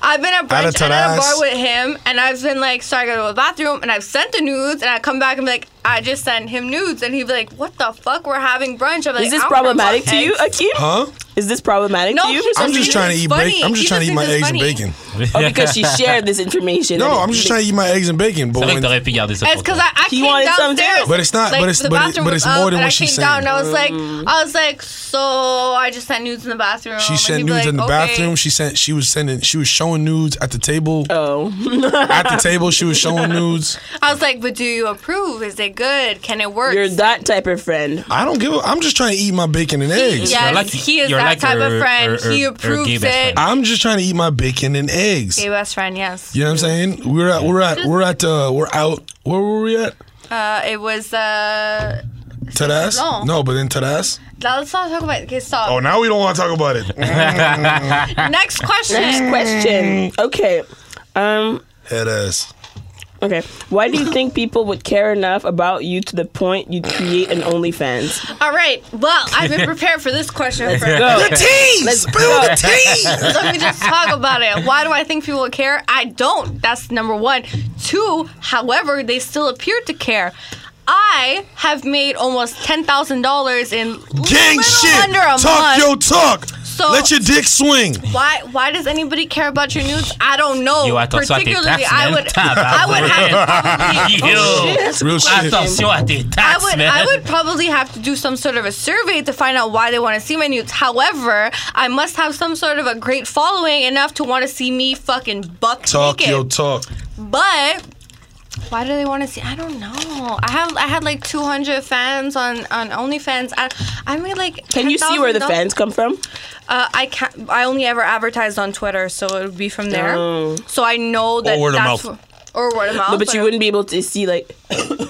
I've been at Out of brunch and at a bar Taras. with him, and I've been like, sorry, I gotta go to the bathroom, and I've sent the nudes, and I come back and be like, I just sent him nudes, and he'd be like, what the fuck, we're having brunch. I'm like, is this "I don't care about problematic to you, eggs." Akeem? Huh? Is this problematic No, to you? he I'm He just thinks trying to it's eat bacon. funny. I'm just He trying to just eat my eggs thinks and it's bacon. Oh, because she shared this information. No, and it- I'm just trying to eat my eggs and bacon. But C'est vrai que when, t'aurais pu garder ça It's pour because toi. I, I He came wanted some too. downstairs. But it's not- Like, but it's- the but it- bathroom but was it's more up, than and what I she's came down, and I was like, saying. I was like, so I just sent nudes in the bathroom. she and sent he'd be nudes like, in the "Okay." bathroom. She sent. She was sending. She was showing nudes at the table. Oh, at the table, she was showing nudes. I was like, but do you approve? Is it good? Can it work? you're that type of friend. I don't give. a... I'm just trying to eat my bacon and eggs. Yes, You're like- he is you're that like type her- of friend. her- he her- her gay approves best it. friend. I'm just trying to eat my bacon and eggs. Gay best friend, yes. You know what I'm saying? We're at. We're at. We're at. Uh, we're out. Where were we at? Uh, it was. Uh, Tadas? No. No, but then Tadas. now let's not talk about. Okay, stop. Oh, now we don't want to talk about it. Next Next question. question. Okay. Um. Head ass. Okay. Why do you think people would care enough about you to the point you'd create an OnlyFans? All right. Well, I've been prepared for this question. For, Go. Tea! Spill the tea! let me just talk about it. Why do I think people care? I don't. That's number one. Two, however, they still appear to care. I have made almost ten thousand dollars in Gang little shit! under a Talk month. your talk! So- Let your dick swing! Why why does anybody care about your nudes? I don't know. Yo, attention à tes Particularly, taxes, I man. would I Tabarnak. would have to probably. Yo, Real shit. attention à tes I taxes, would, man. I would probably have to do some sort of a survey to find out why they want to see my nudes. However, I must have some sort of a great following enough to want to see me fucking buck Talk naked. your talk. But why do they want to see? I don't know. I have I had like 200 fans on on OnlyFans. I I made like. Can you see where the $10,000 fans come from? Uh, I can't. I only ever advertised on Twitter, so it would be from there. So I know that word of that's mouth. wh- or word of mouth. Oh. No, but you whatever. wouldn't be able to see like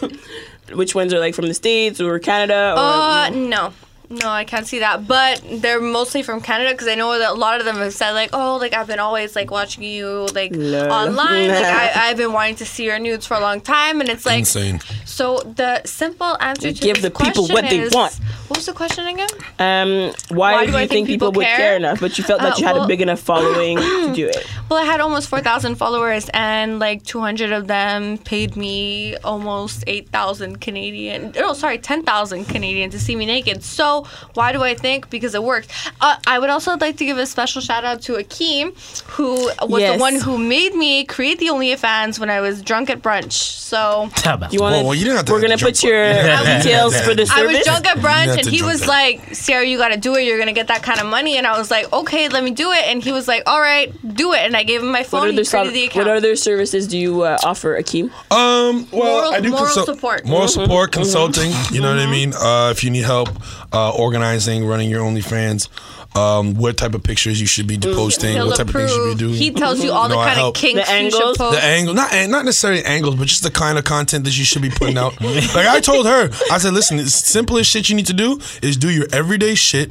which ones are like from the states or Canada or. Uh, no. No, I can't see that. But they're mostly from Canada because I know that a lot of them have said like, "Oh, like I've been always like watching you like Lol. online. Like I, I've been wanting to see your nudes for a long time." And it's like, Insane. so the simple answer to Give this the people question what they is- want. What was the question again? Um, why, do you think, people, would care enough? But you felt that Uh, you had a well- big enough following to do it. Well, I had almost four thousand followers, and like two hundred of them paid me almost eight thousand Canadian. No, sorry, ten thousand Canadian to see me naked. So why do I think? Because it worked. Uh, I would also like to give a special shout out to Akeem, who was Yes. the one who made me create the OnlyFans when I was drunk at brunch. So. Tabarnak. You want? Well, well, you didn't have to we're gonna jump put your Yeah. details for the I was service. drunk at Not brunch, and to he drunk was at- like, "Sarah, you got to do it. You're gonna get that kind of money." And I was like, "Okay, let me do it." And he was like, "All right, do it." And I gave him my phone. What and he other, created sol- the what account. other services do you uh, offer, Akeem? Um, well, Moral- I do moral consul- support. Moral support, Mm-hmm. consulting. You know what I mean? Uh, if you need help uh, organizing, running your OnlyFans, um, what type of pictures you should be posting, Mm-hmm. He'll what type of things you should approve. be doing. He tells you all No, the I kind of help. kinks The you should angles? post. the angle, not not necessarily angles, but just the kind of content that you should be putting out. like I told her, I said, listen, the simplest shit you need to do is do your everyday shit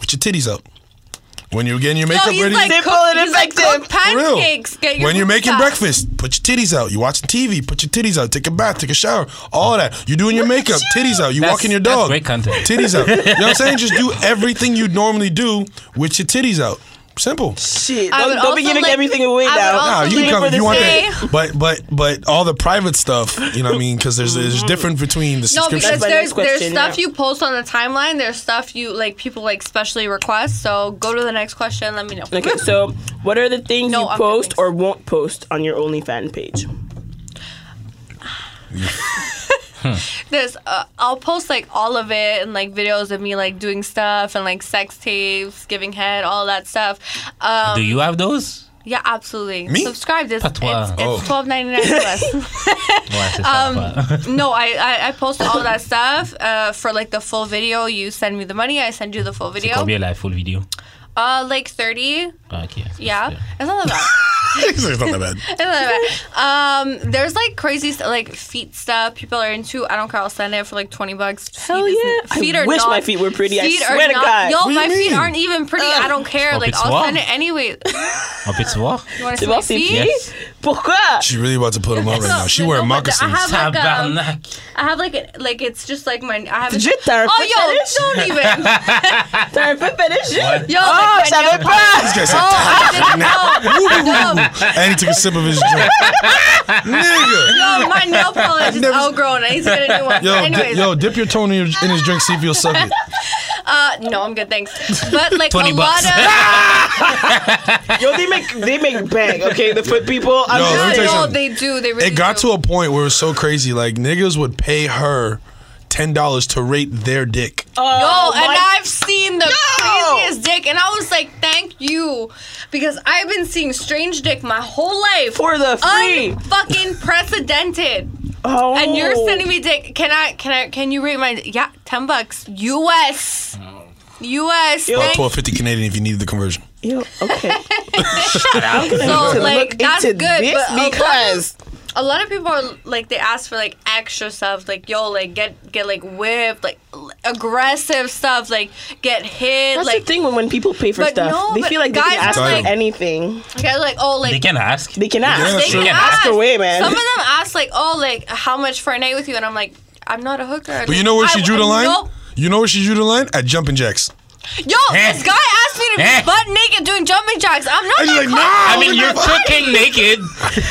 with your titties up. When you're getting your no, makeup he's ready, like, Simple cook, and he's like, effective. cook For pancakes. Get your when you're boobs making out. breakfast, put your titties out. You watching TV, put your titties out. Take a bath, take a shower, all that. You're doing your makeup, titties out. You That's- walking your that's dog, great content. titties out. You know what I'm saying? Just do everything you normally do with your titties out. Simple. Shit, I don't, would don't be also giving like- everything away I would now. also Nah, you can leave come for if the you want day. that. But but but all the private stuff, you know what I mean? Because there's there's different between the No, subscription. because my there's next there's question, stuff yeah. you post on the timeline. There's stuff you like people like specially request. So go to the next question. Let me know. Okay, so what are the things No, you I'm post doing or won't post on your OnlyFans page? There's uh, I'll post like all of it and like videos of me like doing stuff and like sex tapes, giving head, all that stuff. Um, Do you have those? yeah, absolutely. Me? Subscribe this. Pas It's, toi. Oh. it's twelve ninety nine plus. Ouais, c'est ça. Um, ouais. no, I, I I post all that stuff uh, for like the full video. You send me the money, I send you the full C'est video. combien la full vidéo? Uh, Uh, like 30. Ok. Yeah. It's not that bad. it's not that bad. It's not that bad. Um, there's like crazy st- like feet stuff people are into. I don't care. I'll send it for like twenty bucks. Hell feet yeah. isn't- Feet I are wish not, my feet were pretty. I feet swear are to not, God. Yo, do my you feet mean? aren't even pretty. I don't care. Smoke Like it I'll swell. send it anyway. On peut-tu voir? You Tu want to see vois my ses feet? pieds? Pourquoi? She really about to put them on right No, now. She no, wearing but I moccasins. have- Like, um, Tabarnak. I have like a, like it's just like my I have. a- Did you therapy oh yo, don't even. T'as un peu fétiche? Yo, Oh, like, je my nail- savais pas! This guy Oh, said, I didn't know. and he took a sip of his drink. Nigga. Yo, my nail polish is Never- outgrown. I need to get a new one. Yo, di- Anyways, yo, dip your toe in, your, in his drink, see if you'll suck it. Uh, no, I'm good, thanks. But like a 20 lot bucks. of Yo, they make, they make bang, okay? The foot people. I'm Yo, just- let me tell you no, something. they do. They really It got do. to a point where it was so crazy. Like niggas would pay her ten dollars to rate their dick. Yo, Oh, and my- I've seen the No! craziest dick, and I was like, "Thank you," because I've been seeing strange dick my whole life For the free. fucking precedented. Oh. And you're sending me dick. Can I? Can I? Can you rate my? Yeah, ten bucks U.S. Oh. U.S. About thank twelve fifty Canadian if you needed the conversion. Yo, okay. So like Look that's into good, this but because- a lot, of, a lot of people are like they ask for like extra stuff, like yo, like get get like whipped, like l- aggressive stuff, like get hit, That's like the thing when, when people pay for But stuff. no, they but feel like they guys can ask are for like- anything. guys like oh like. They can ask. They can ask. Yeah, they that's true. can Yeah, ask away, man. Some of them ask like, "Oh, like how much for a night with you?" And I'm like, "I'm not a hooker." But you know where she drew the line? Nope. You know where she drew the line? At jumping jacks. Yo, Eh. this guy asked me to Eh. be butt naked doing jumping jacks. I'm not. And that you're like, close. I "Nah, Oh, mean, you're no. cooking naked.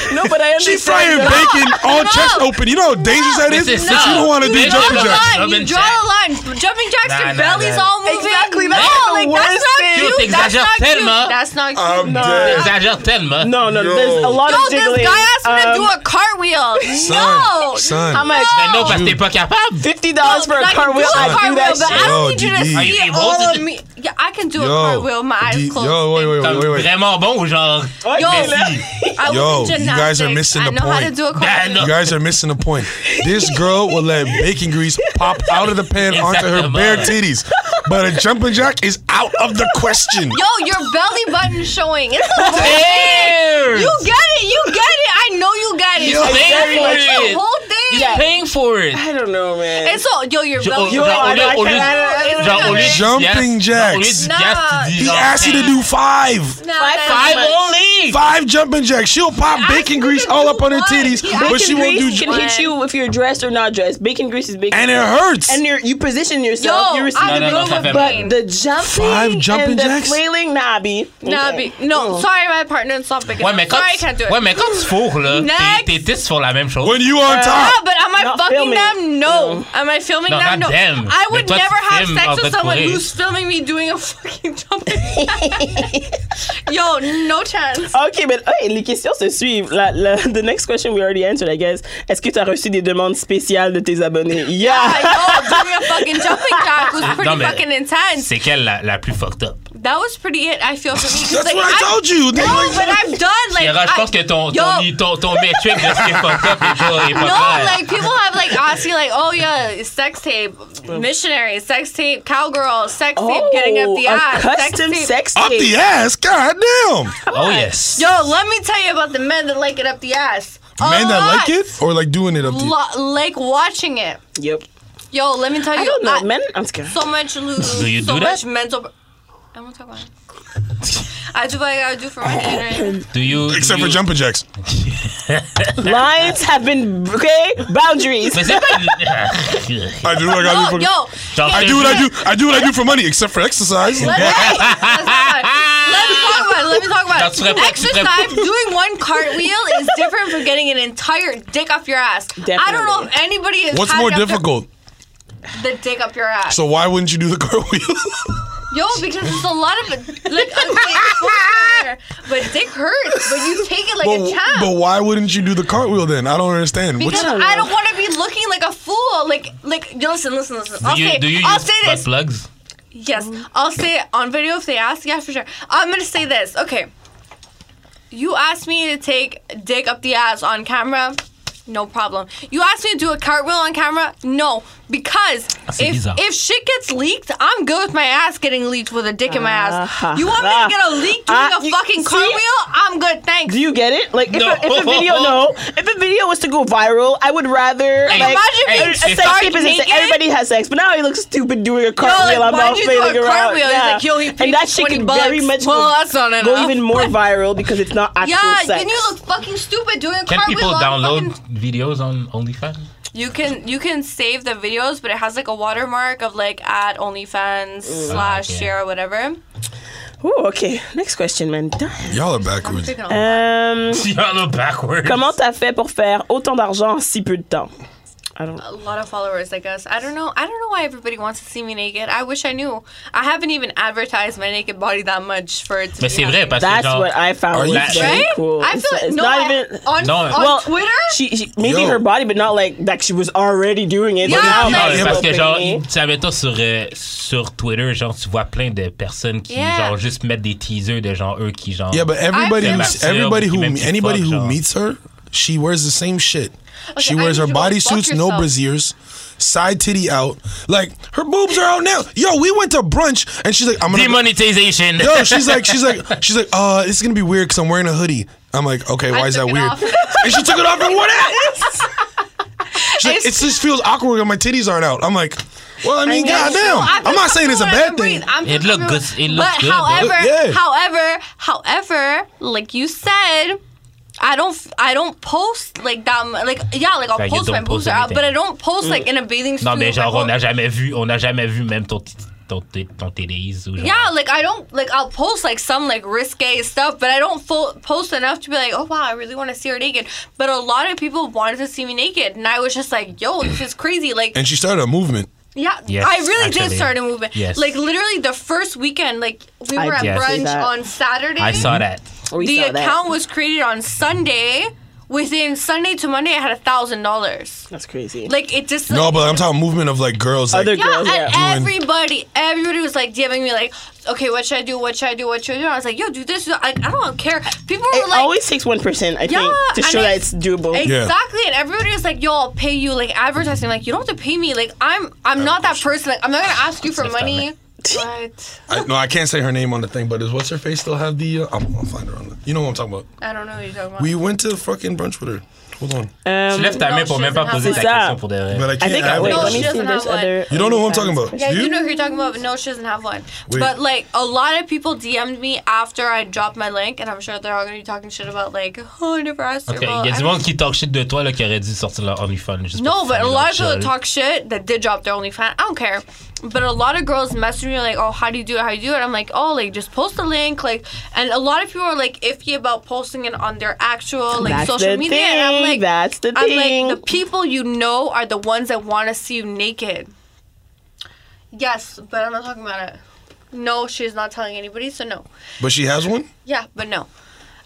No, but I She understand. frying though. bacon, all No. chest open. You know how dangerous that is? This is But you don't want to do no. jumping draw the jacks. line. You Jumping draw the line. Jumping jacks, Nah, your nah, belly's nah. all moving. Exactly, No, that's the like worst that's thing. not Dude, cute. That's not t'exagères cute. tellement. That's not cute. I'm no. dead. Exagère tellement. No, no, Yo. there's a lot Yo, of jiggling. this guy asked me to Um, do a cartwheel. no, Son, son. I'm like, Ben non, Mm. parce que t'es pas capable. Fifty dollars for a I can cartwheel. do a I do cartwheel, that but shit. I Yo, don't need you to DD. Are you see able all to of do- me. Yeah, I can do a Yo, cartwheel. My D- eyes closed. yo, wait, wait, Comme wait, wait, wait. Vraiment bon, genre. What? Yo, I was Yo, in you guys are gymnastics. missing I the know how to point. do a Nah, cartwheel. no. You guys are missing the point. This girl will let bacon grease pop out of the pan onto her bare titties, but a jumping jack is out of the question. Yo, your belly button showing. It's the worst thing. Tears. You get it. You get it. I know you get it. You're paying for It's the it. whole thing. You're paying for it. I don't know, man. It's all yo. Your Yo, belly. yo, button. Genre, au lieu- I- I au lieu- can't- Genre, au lieu du Jumping yes, jacks. Genre, au lieu du Nah. yes, tu dis He genre, asked you to do five. Nah, Five, that's- Five But- only. Five jumping jacks. She'll pop asked bacon you grease to all do up on her one. titties, He but Bacon she won't do grease can hit What? you if you're dressed or not dressed. Bacon grease is bacon. And it hurts. And you're, you position yourself. Yo, you receive I'm No, the no, no, good fuck with that. But pain. the jumping, Five jumping and the jacks? flailing, nah, B. Nah, Okay. be- no, sorry, my partner is not big Ouais, enough. mais quand, sorry, I can't do it. ouais, mais quand tu fourres, là, Next. tes, tes tits font la même chose. when you on Yeah, top. Oh, but am I Not fucking filming. them? No. Am I filming No, not them? No. them. I would Mais toi, never tu have filmes en sex with train de someone courir. who's filming me doing a fucking jumping jack. Yo, no chance. Ok, mais hey, les questions se suivent. La, la, the next question we already answered, I guess. Est-ce que tu as reçu des demandes spéciales de tes abonnés? Like, Yeah! yo, doing a fucking jumping jack was pretty Non, mais- fucking intense. C'est quelle la, la plus fucked up? That was pretty it. I feel for me. 'Cause, That's like, what I I'm- told you. They No, like- but I've done like. Kira, je Ben, I- pense que ton, Yo, ton, ton, ton métrique de ce qui est fucked up est pas, est pas No, clair. like people have like asked me like, oh yeah, sex tape, missionary, sex tape, cowgirl, sex tape, getting up the Oh, a ass, custom sex up tape. the ass. God damn. oh yes. Yo, let me tell you about the men that like it up the ass. A Men that like lot. it or like doing it up the Lo- like watching it. Yep. Yo, let me tell you. I don't know, I- men. I'm just kidding. So much lose. Do you so do much that? mental. I won't talk about it. I do what I gotta do for my dinner. Do you, Except do for you- jumping jacks. Lines have been, okay? Boundaries. Mais c'est pas. I do what I gotta Oh, do for yo. Genre, I do what I do. I do what I do for money, except for exercise. Let me, let's talk about it. let me talk about it. Let me talk That's about what I it. put- Exercise, doing one cartwheel is different from getting an entire dick up your ass. I don't know if anybody is. What's more difficult? The dick up your ass. So why wouldn't you do the cartwheel? Yo, because it's a lot of like okay, but dick hurts, but you take it like a but, champ. but why wouldn't you do the cartwheel then? I don't understand. What's- because I don't I don't know. want to be looking like a fool. Like, like, yo, listen, listen, listen. I'll Do you, say, do you I'll use say butt this. plugs? Yes, Mm-hmm. I'll say it on video if they ask. Yeah, for sure. I'm gonna say this. Okay, you asked me to take dick up the ass on camera. No problem. You asked me to do a cartwheel on camera? No, because That's if, bizarre. if shit gets leaked, I'm good with my ass getting leaked with a dick in my Ah. ass. You want me to get a leak doing Ah, a you- fucking see? cartwheel? I'm good, thanks. Do you get it? Like if, No. a, if a video no, if a video was to go viral, I would rather like, imagine a- being a sex stark tape is a- naked. everybody has sex, but now he looks stupid doing a cartwheel. I'm why'd all you do a flailing around. cartwheel? He's like, yo, he paid and that me shit 20 could bucks. very much Well, go, that's not go enough. even more viral because it's not actual yeah, sex. and you look fucking stupid doing a Can cartwheel. people on download fucking- videos on OnlyFans? You can you can save the videos, but it has like a watermark of like at OnlyFans slash Ah, okay. share or whatever. Ooh, okay, next question, man. Damn. Y'all are backwards. Picking on- Um, Y'all are backwards. comment t'as fait pour faire autant d'argent en si peu de temps? I don't. a lot of followers, I guess. I don't know. I don't know why everybody wants to see me naked. I wish I knew. I haven't even advertised my naked body that much for it. To Mais be c'est vrai, happening. parce que That's genre... what I Are found was you That- very right? cool. I It's, feel it's no, not I- even. on, No. on well, Twitter. She, she maybe Yo. her body, but not like that. She was already doing it. oh, Yeah, now like- Non, she's mais parce que genre, opening. il- tu savais toi sur, euh, sur Twitter, genre, tu vois plein de personnes qui, Yeah. genre, juste mettent des teasers de genre, eux qui, genre. Yeah, but everybody, I who's, feel- everybody who, Even if you anybody fuck, who y'all. meets her, she wears the same shit. she I need wears her you to go bodysuits, fuck no yourself. brasiers, side titty out. Like her boobs are out now. Yo, we went to brunch and she's like, I'm gonna. go- Demonetization! Yo, she's like, she's like, she's like, uh, this is gonna be weird because I'm wearing a hoodie. I'm like, okay, why is that took it weird? off. and she took it off and wore it. She's like, it just feels awkward when my titties aren't out. I'm like, well, I mean, mean, goddamn. Well, I feel I'm not saying it's a comfortable bad when I thing. can breathe. I'm It feel look good- comfortable. it looks but good, though. however, Yeah. however, however, like you said, I don't, f- I don't post like that. mu- Like yeah, like I'll Like, you post my don't post boobs are out, anything. but I don't post like in a bathing suit. Non, mais genre, I on don't- n'a jamais vu, on n'a jamais vu même ton, t- ton, t- ton TDIs ou genre. Yeah, like I don't like I'll post like some like risque stuff, but I don't fo- post enough to be like, oh wow, I really want to see her naked. But a lot of people wanted to see me naked, and I was just like, yo, this is crazy. Like And she started a movement. Yeah, Yes, I really did actually. start a movement. Yes. Like literally the first weekend, like we I were at did see brunch that. on Saturday. I saw that. Oh, We the saw that. account was created on Sunday. Within Sunday to Monday, I had a thousand dollars. That's crazy. Like it just No, but I'm talking movement of like girls. Like, Other yeah, girls, and yeah. Doing- everybody, everybody was like DMing me like, okay, what should I do? What should I do? What should I do? I was like, yo, do this. do that. Like, I don't care. People were it oh, like, always takes one person, I Yeah, think, to and show I- that it's doable. Yeah. Exactly, and everybody was like, "Yo, I'll pay you like advertising." Like, you don't have to pay me. Like, I'm I'm not that person. Like, I'm not gonna ask you for Let's lift money. that But I, no, I can't say her name on the thing, but is what's her face still have the? Uh, I'm, I'll find her on the. You know what I'm talking about. I don't know what you're talking about. We went to fucking brunch with her. Hold on, Tu lèves ta non, main pour she même pas doesn't poser have ta one. question pour de vrai. but I Um, I can't. think. have wait, it. No, let me she see if doesn't there's have one. other. You don't know who I'm OnlyFans talking about. questions. Yeah, I You? do know who you're talking about, but no, she doesn't have one. Wait. But like a lot of people DM'd me after I dropped my link, and I'm sure they're all gonna be talking shit about like, oh, I never asked Ok, her. Well, il y a I du mean- monde qui talk shit de toi là, qui aurait dû sortir leur OnlyFans. juste pour No, but a fermer lot leur of people gueule. that talk shit that did drop their OnlyFans. I don't care. But a lot of girls message me like, oh, how do you do it? How do you do it? I'm like, oh, like just post the link, like. And a lot of people are like iffy about posting it on their actual like That's social the media. And I'm thing, like, that's the I'm thing. like, the people you know are the ones that want to see you naked. Yes, but I'm not talking about it. No, she's not telling anybody, so no. But she has one. Yeah, but no.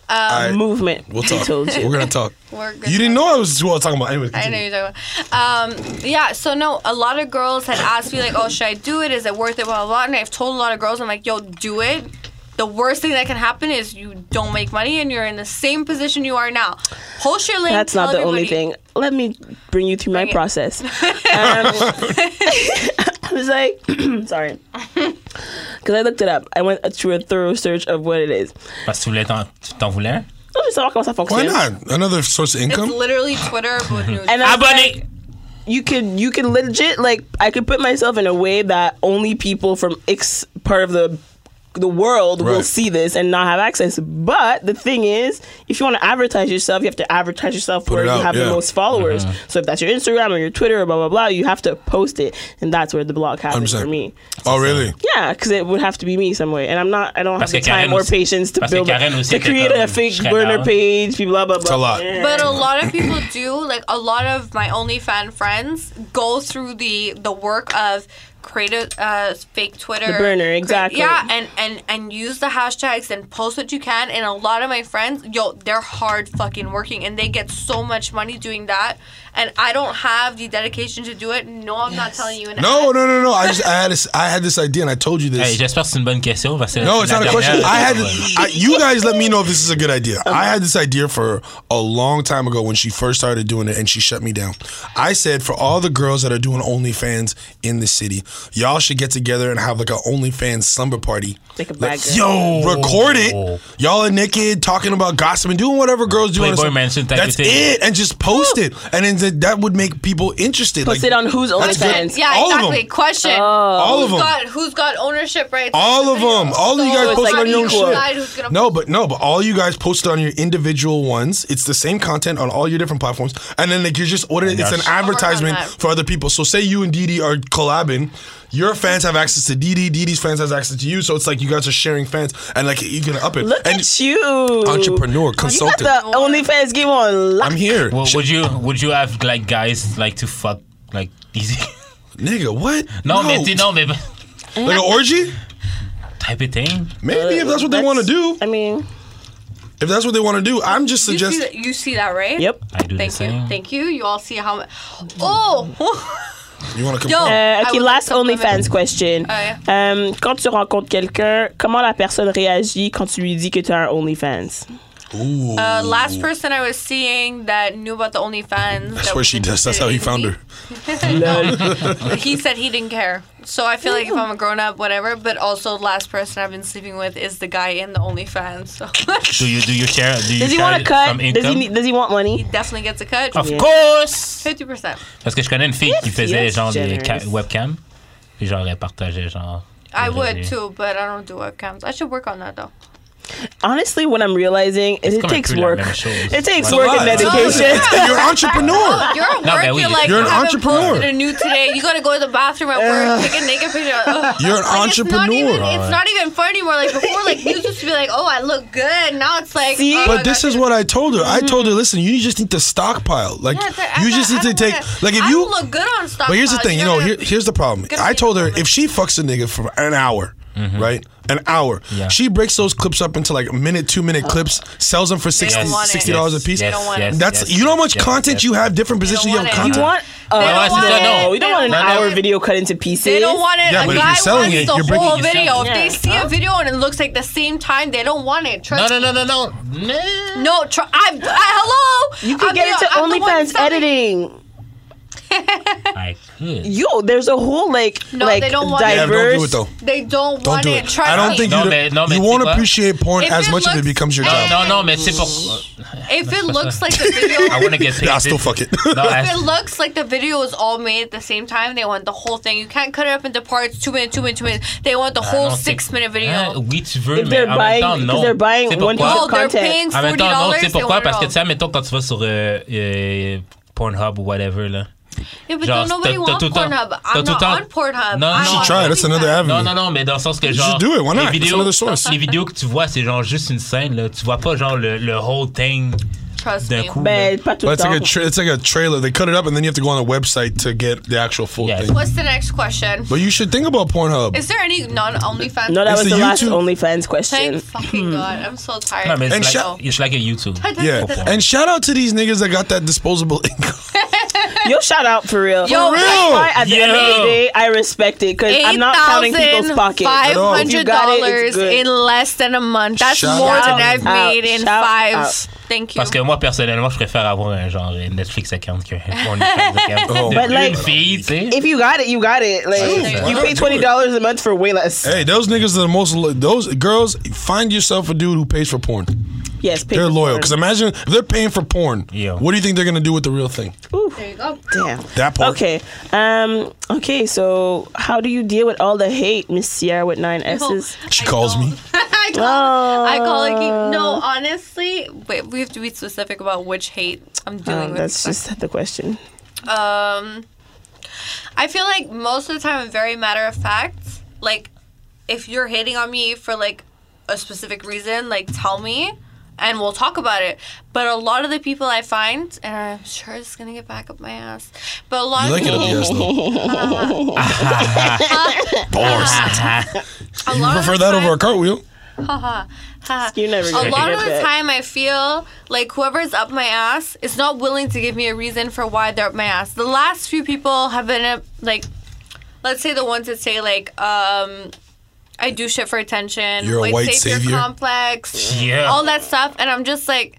All right, Movement. we'll I talk. told you. We're gonna talk. We're good. You didn't know I was who I was talking about. Anyway, I know continue. you're talking about. Um, yeah, so no, a lot of girls had asked me like, "Oh, should I do it? Is it worth it?" Blah blah. blah. And I've told a lot of girls, I'm like, "Yo, do it." The worst thing that can happen is you don't make money and you're in the same position you are now. Post your link. That's not tell the only everybody. thing. Let me bring you through my Bring it. process. Um, I was like, sorry. Because I looked it up. I went through a thorough search of what it is. Parce que tu voulais t'en- tu t'en voulais un? I just savoir comment ça Why fonctionne. not? Ah, Another source of It's income. literally Twitter. But news. And I was like, Abonné! you could you could legit like I could put myself in a way that only people from X part of the the world will Right. see this and not have access. But the thing is, if you want to advertise yourself, you have to advertise yourself where it you out, have yeah. the most followers. Mm-hmm. So if that's your Instagram or your Twitter or blah blah blah, you have to post it, and that's where the blog happens for 100%. me. Oh really? Yeah, because it would have to be me some way, and I'm not. I don't Parce have the que Karen time or aussi- patience to parce que build a- Karen aussi to était create a comme, fake je serais burner down. page. Blah blah blah. a lot. Yeah. But a lot of people do, like a lot of my OnlyFans friends, go through the the work of create a uh, fake Twitter The burner, crea- exactly. yeah, and and and use the hashtags and post what you can. And a lot of my friends, yo, they're hard fucking working, and they get so much money doing that. and I don't have the dedication to do it, no, I'm not telling you. An No, ad. no, no, no. I just I had this I had this idea and I told you this. Hey, j'espère que c'est une bonne question. parce que No, c'est it's la not a question. dernière. euh, I had I, you guys let me know if this is a good idea. I had this idea for a long time ago when she first started doing it, and she shut me down. I said for all the girls that are doing OnlyFans in the city, y'all should get together and have like an OnlyFans slumber party. Like a bad girl. yo, record it. Y'all are naked, talking about gossip and doing whatever girls do. on the Playboy side. Mansion type of That's thing. it, and just post it, and then th- that would make people interested. Post like, it on whose that's OnlyFans? good. Yeah, all of exactly. them. Question. Oh. All of Who's them. got- who's got ownership rights? All of them. All of you So guys it's posted like on your own you decide who's shit. gonna No, post. but no, but all you guys posted on your individual ones. It's the same content on all your different platforms, and then like you're just what it, it's an Yes. on advertisement that. for other people. So say you and Didi are collabing. Your fans have access to Didi. Didi's fans has access to you. So it's like you guys are sharing fans, and like you can up it. Look and at you. entrepreneur You got consultant. the OnlyFans game on lock. I'm here, Well, Sh- would you would you have like guys like to fuck like easy? nigga. What? non, mais tu non mais like an orgy. type of thing. Maybe if that's what they want to do. I mean, If that's what they want to do, I'm just You see, suggesting. that, you see that, right? yep. I do the Thank you. same. Thank you. You all see how. Oh! You want to Yo. come? Euh, I ok, would last like to OnlyFans question. Ouais. Euh, quand tu rencontres quelqu'un, comment la personne réagit quand tu lui dis que tu as un OnlyFans? Ooh, Uh, last person I was seeing that knew about the OnlyFans. that's where she does. That's how he found her. He said he didn't care. So I feel like if I'm a grown up, whatever. But also, last person I've been sleeping with is the guy in the OnlyFans. So Do you do you share? Do you Does he share want a cut? some Does he, income? need- does he want money? he definitely gets a cut. Of course. Fifty percent. Parce que je connais une fille qui faisait yes, genre des generous. ca- webcams. Puis genre elle partageait genre. I les would revenus. too, but I don't do webcams. I should work on that though. Honestly, what I'm realizing is it comme un takes peu la work. même chose. It takes Ouais. work and dedication. You're an entrepreneur. You're at work. No, but we- you're like You're an I haven't entrepreneur. Posted a nude today. You gotta go to the bathroom at work. Take a naked picture. Ugh. You're an Like, entrepreneur. It's not, even, it's not even fun anymore. Like before, like news used to be like, "Oh, I look good." Now it's like, See? oh, But this God. is what I told her. I told her, listen, you just need to stockpile. Like Mm-hmm. Yeah, it's like, I you don't- just I need to don't take wanna- like if I you don't look good on stock. But here's the piles. thing, you You're know, gonna- here, here's the problem. gonna I be told her overwhelmed. if she fucks a nigga for an hour, Mm-hmm. right? An hour. Yeah. She breaks those clips up into like minute, two minute clips, sells them for 60 don't want it. dollars a piece. They don't want it. That's you know how much yes, content yes. you have, different positions you don't have want content. it. You want? don't Uh, want it. no, you don't want an No, no. hour video cut into pieces. They don't want it. Yeah, a but if guy you're selling wants it, the you're breaking whole yourself. video. If Yeah. they see a video and it looks like the same time, they don't want it. Trust Non me. non non non non. Non. No, tr- I, I, hello. You can I'm get the- into I'm the one OnlyFans selling- editing. I could. Yo, there's a whole like No, like they don't want it. Yeah, diverse. don't do it though. They don't, Don't want do it. it. Trust I don't me. think No, you, mais- non, mais you tu won't vois- appreciate porn If as it much if it looks- becomes your Hey. job. Non non mais c'est pourquoi. If it looks like the video. I wanna get paid. Yeah, I still fuck it. No, If I, it looks like the video is all made at the same time, they want the whole thing. You can't cut it up into parts, two minutes, two minutes, two minutes. They want the whole Ah non, c'est- six minute Hein, video. oui tu veux If mais they're en même temps buying- non. they're buying Tu sais one pourquoi? piece No, of they're content. paying En forty même temps, non, dollars. tu sais pourquoi? Parce que, tu sais, mettons, quand tu vas sur euh, euh, Pornhub ou whatever, là. Yeah, but Genre, don't nobody t'as- want t'as tout le temps- Pornhub. t'as I'm tout le not temps- on Pornhub. Non, I'm non, You on should try it. That's another OnlyFans. avenue. Non, non, non, mais dans le sens que genre. should Ah, do it, why not? Les It's vidéos, another source. les vidéos que tu vois, c'est genre juste une scène, là. Tu vois pas, genre, le, le whole thing Trust d'un me. coup. Ben, là. pas tout But le it's like a temps. tra- it's like a trailer. They cut it up and then you have to go on a website to get the actual full Yeah. thing. What's the next question? But you should think about Pornhub. Is there any non OnlyFans? No, that It's was the the last YouTube- OnlyFans Thank question. fucking god. I'm so Ben, tired. Non, mais And c'est shut- like, it's like a YouTube. Yeah. Pornhub. And shout out to these niggas that got that disposable income. Yo, shout out for real. Yo, Oh, real. That's why at the Yo. end of the day, I respect it because I'm not counting people's pockets. Five all. If you hundred got it, dollars it's good. in less than a month. That's Shout more out. than I've Shout made in out. five. Shout Thank you. Parce que moi, personnellement, je préfère avoir un genre euh, Netflix account qu'un OnlyFans account. Oh, De But plus like- une fille, tu sais. If you got it, you got it. Like True. you Why pay not do twenty it? dollars a month for way less. Hey, those niggas are the most. Lo- those girls, find yourself a dude who pays for porn. Yes, pay They're for porn. loyal. Because imagine if they're paying for porn. Yeah. What do you think they're gonna do with the real thing? there you go. Damn. That part. Okay. Um. Okay. So, how do you deal with all the hate, Miss Sierra with nine S's? She calls me. I call. I call it. No, honestly, wait, we have to be specific about which hate I'm dealing Um, with. that's just the question. Um, I feel like most of the time I'm very matter of fact. Like, if you're hating on me for like a specific reason, like tell me, and we'll talk about it. But a lot of the people I find, and I'm sure it's gonna get back up my ass. But a lot You of like it up people, your ass though. Bars. a You lot of Ah, prefer the that over time- a cartwheel? haha, haha. You're never A gonna lot get of the that. time, I feel like whoever's up my ass is not willing to give me a reason for why they're up my ass. The last few people have been uh, like, let's say the ones that say like, um, I do shit for attention, You're a white savior. complex, Yeah. all that stuff, and I'm just like,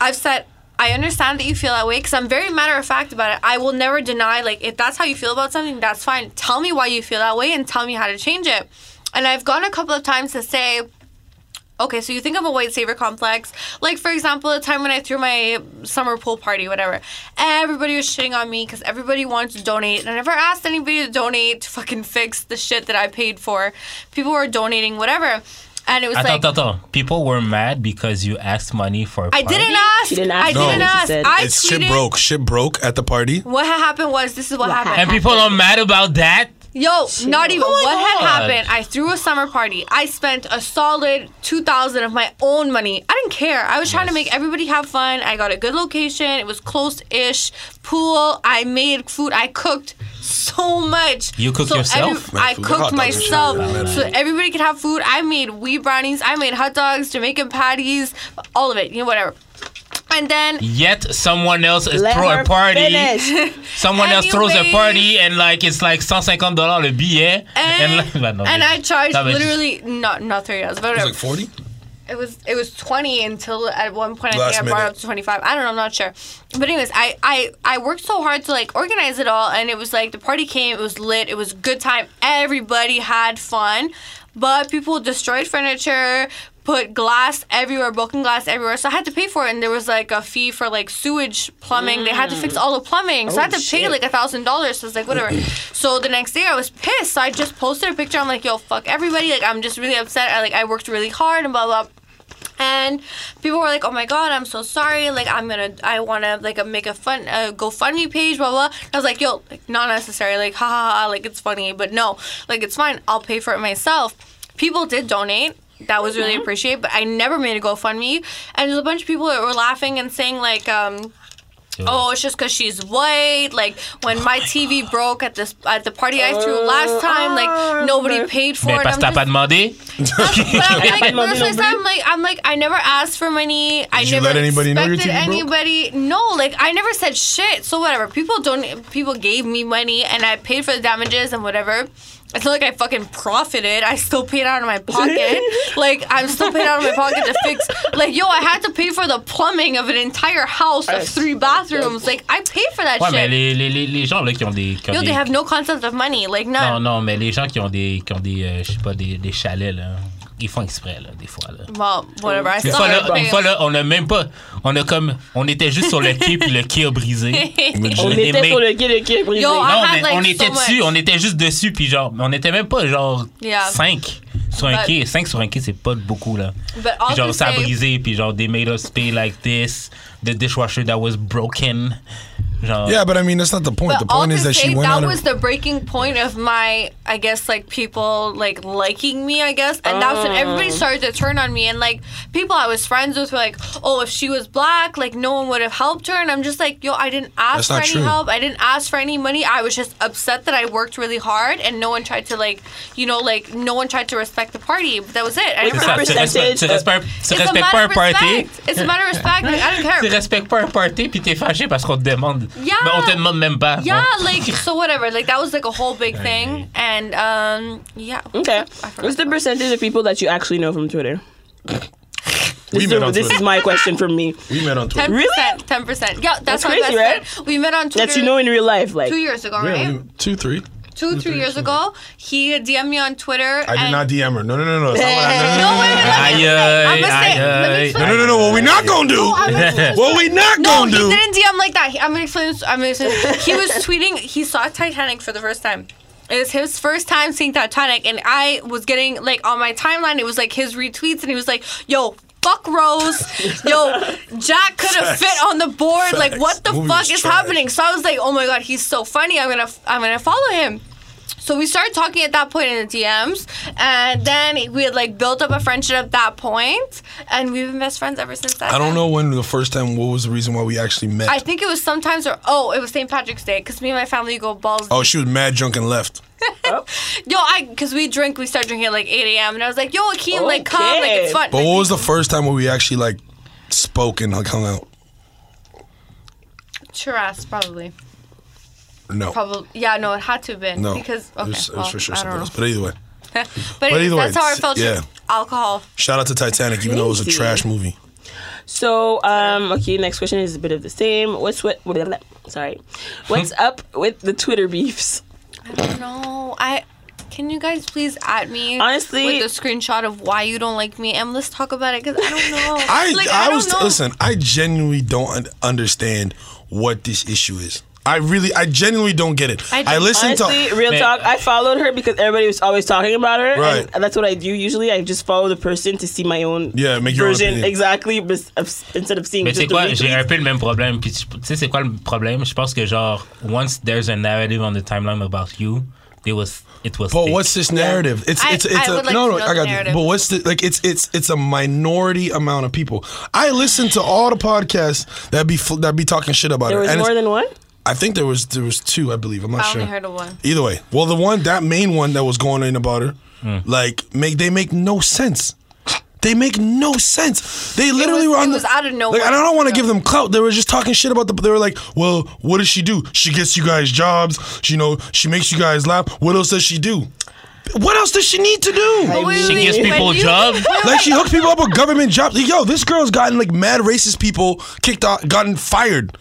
I've said. I understand that you feel that way because I'm very matter of fact about it. I will never deny, like, if that's how you feel about something, that's fine. Tell me why you feel that way and tell me how to change it. And I've gone a couple of times to say, okay, so you think of a white savior complex. Like, for example, the time when I threw my summer pool party, whatever. Everybody was shitting on me because everybody wanted to donate. And I never asked anybody to donate to fucking fix the shit that I paid for. People were donating, whatever. And it was I like, thought, thought, thought. People were mad because you asked money for. a I party? didn't ask. She didn't ask I No. didn't She ask. said- I it's tweeted. shit broke. Shit broke at the party. What had happened was this is what, happened. And people are mad about that. Yo, not even Oh what God. had happened. I threw a summer party. I spent a solid two thousand of my own money. I didn't care. I was trying to make everybody have fun. I got a good location. It was close-ish pool. I made food. I cooked so much. You cook so yourself? every- I Mad food. Hot cooked dogs and shit myself like that. so everybody could have food. I made wheat brownies. I made hot dogs, Jamaican patties, all of it. You know whatever. And then Yet someone else is Let throw her a party. finish. Someone else throws a Anyway. party and like it's like 150 dollars le billet. and, like, bah, non, and mais- I charged Non, mais- literally not not thirty dollars, but It's whatever. like forty. it was it was 20 until at one point I Last think I brought minute. up to 25. I don't know, I'm not sure. But anyways, I I I worked so hard to like organize it all and it was like the party came, it was lit, it was a good time. Everybody had fun, but people destroyed furniture, put glass everywhere, broken glass everywhere. So I had to pay for it and there was like a fee for like sewage plumbing. They had to Mm. fix all the plumbing. So I Oh, had to pay shit. like a thousand dollars. So it's like whatever. so the next day I was pissed. So I just posted a picture. I'm like, yo, fuck everybody. Like I'm just really upset. I like I worked really hard and blah blah. And people were like, "Oh my god, I'm so sorry. Like I'm gonna, I wanna like uh, make a fun uh, GoFundMe page, blah blah." I was like, "Yo, like not necessary. Like ha ha ha. Like it's funny, but no, like it's fine. I'll pay for it myself." People did donate. That was really appreciated, but I never made a GoFundMe. And there's a bunch of people that were laughing and saying like, um, "Oh, it's just because she's white." Like when my, TV broke at this at the party I threw last time, like nobody paid for Mais it. parce que t'as I'm just- pas demandé. but I'm I like, didn't that's know what I'm like, I'm like, I never asked for money. I Did you never let anybody know your expected TV broke? anybody. No, like I never said shit. So whatever. People don't. People gave me money, and I paid for the damages and whatever. It's not like I fucking profited. I still paid out of my pocket. like I'm still paid out of my pocket to fix. Like yo, I had to pay for the plumbing of an entire house of That's- three bathrooms. Like I paid for that Ouais, mais shit. les, les, les, les gens là qui ont des. Qui ont yo, des they have no concept of money. Like non, none. non, mais les gens qui ont des, qui ont des, euh, je sais pas, des, des chalets là, ils font exprès là, des fois là. Well, whatever. I Une still fois, had to là, pay. une fois là, on a même pas, on a comme, on était juste sur le quai puis le quai a brisé. On Je l'ai était aimé. sur le quai de quai brisé. Yo, I- Non, had, mais like, on so était dessus, much. on était juste dessus, puis genre, on était même pas genre Yeah. 5 sur un But- quai. 5 sur un quai, c'est pas beaucoup, là. But all Puis genre, to ça a say- brisé, puis genre, they made us pay like this, the dishwasher that was broken. Genre, Yeah, but I mean that's not the point. But The all point to is that say, she went that out. was of the breaking point of my, I guess, like people like liking me, I guess, and that's when everybody started to turn on me, and like people I was friends with were like, "Oh, if she was black, like no one would have helped her," and I'm just like, "Yo, I didn't ask That's not for any true. help. I didn't ask for any money. I was just upset that I worked really hard, and no one tried to like, you know, like no one tried to respect the party. But that was it. I c'est never ça, tu respectes, tu respectes, tu It's a respectes matter pas un of party. respect. It's a matter of respect. Like, I don't care. Tu respectes pas un party, puis t'es fâché parce qu'on te demande. Yeah. Mais on te demande même pas. Yeah, On- like so whatever. Like that was like a whole big thing. And um yeah. Okay. I forgot. What's the percentage of people that you actually know from Twitter? This, We is, met the- on this is Twitter. my question from me. We met on Twitter. Ten Really? percent. Ten percent. Yeah, that's, That's my crazy, best friend. We met on Twitter That you know in real life, like two years ago, Yeah, right? we- two, three. Two, three years ago. He DM'd me on Twitter. I did and not DM her. No, no, no, no. That's not what I- No, wait, wait, wait. Aïe, aïe, gonna say- aïe, let me aïe. explain. No, no, no, no. What we not gonna do? Oh, What we not No, gonna he do? didn't DM like that. He- I'm gonna explain. This, I'm gonna explain. this. He was tweeting. He saw Titanic for the first time. It was his first time seeing Titanic, and I was getting like on my timeline. It was like his retweets, and he was like, "Yo." Fuck Rose, yo, Jack could have fit on the board. Like, what the Movie fuck was is trash. happening? So I was like, oh my god, he's so funny. I'm gonna, I'm gonna follow him. So we started talking at that point in the DMs, and then we had like built up a friendship at that point, and we've been best friends ever since that. I don't time. know when the first time. What was the reason why we actually met? I think it was sometimes or oh, it was St. Patrick's Day because me and my family go balls. oh, she was mad drunk and left. Yo, I because we drink, we start drinking at like 8 a.m. and I was like, Yo, Akeem, like Oh, come, like it's Okay. fun. But what was the first time where we actually like spoke and like hung out? Churras, probably. No, Probably, yeah, no, it had to have been no, because okay, it was, it was well, for sure I don't something know. else. But either way, But, But it- either way, that's how I it's- felt. yeah. Alcohol. shout out to Titanic, even though it was a Crazy. trash movie. So, um, okay, next question is a bit of the same. What's what? blah, blah, blah. Sorry, what's up with the Twitter beefs? I don't know. I can you guys please at me Honestly- with a screenshot of why you don't like me and let's talk about it because I don't know. I like, I, don't was know. listen. I genuinely don't un- understand what this issue is. I really, I genuinely don't get it. I I, do- listen Honestly, to. real Man. talk. I followed her because everybody was always talking about her, Right. and that's what I do usually. I just follow the person to see my own Yeah, make your own version opinion. exactly bes- of- instead of seeing Mais tu just sais the quoi, j'ai un retweets. peu le même problème. Puis tu tu sais, c'est quoi le problème? Je pense que genre, once there's a narrative on the timeline about you, it was, it was. But thick. what's this narrative? It's I- it's it's I a would like no to no. know I the got you. narrative. But what's the like? It's it's it's a minority amount of people. I listen to all the podcasts that be fl- that be talking shit about There her. was and it's- more than one. I think there was there was two. I believe I'm not I sure. only heard of one. Either way, well, the one that main one that was going in about her, like make they make no sense. They make no sense. They literally was- were on it the- was out of nowhere. Like, I don't want to Yeah. give them clout. They were just talking shit about the. They were like, "Well, what does she do? She gets you guys jobs. She you know she makes you guys laugh. What else does she do? What else does she need to do? She gives when people you- jobs. Like she hooked people up with government jobs. Like, Yo, this girl's gotten like mad racist people kicked out, gotten fired.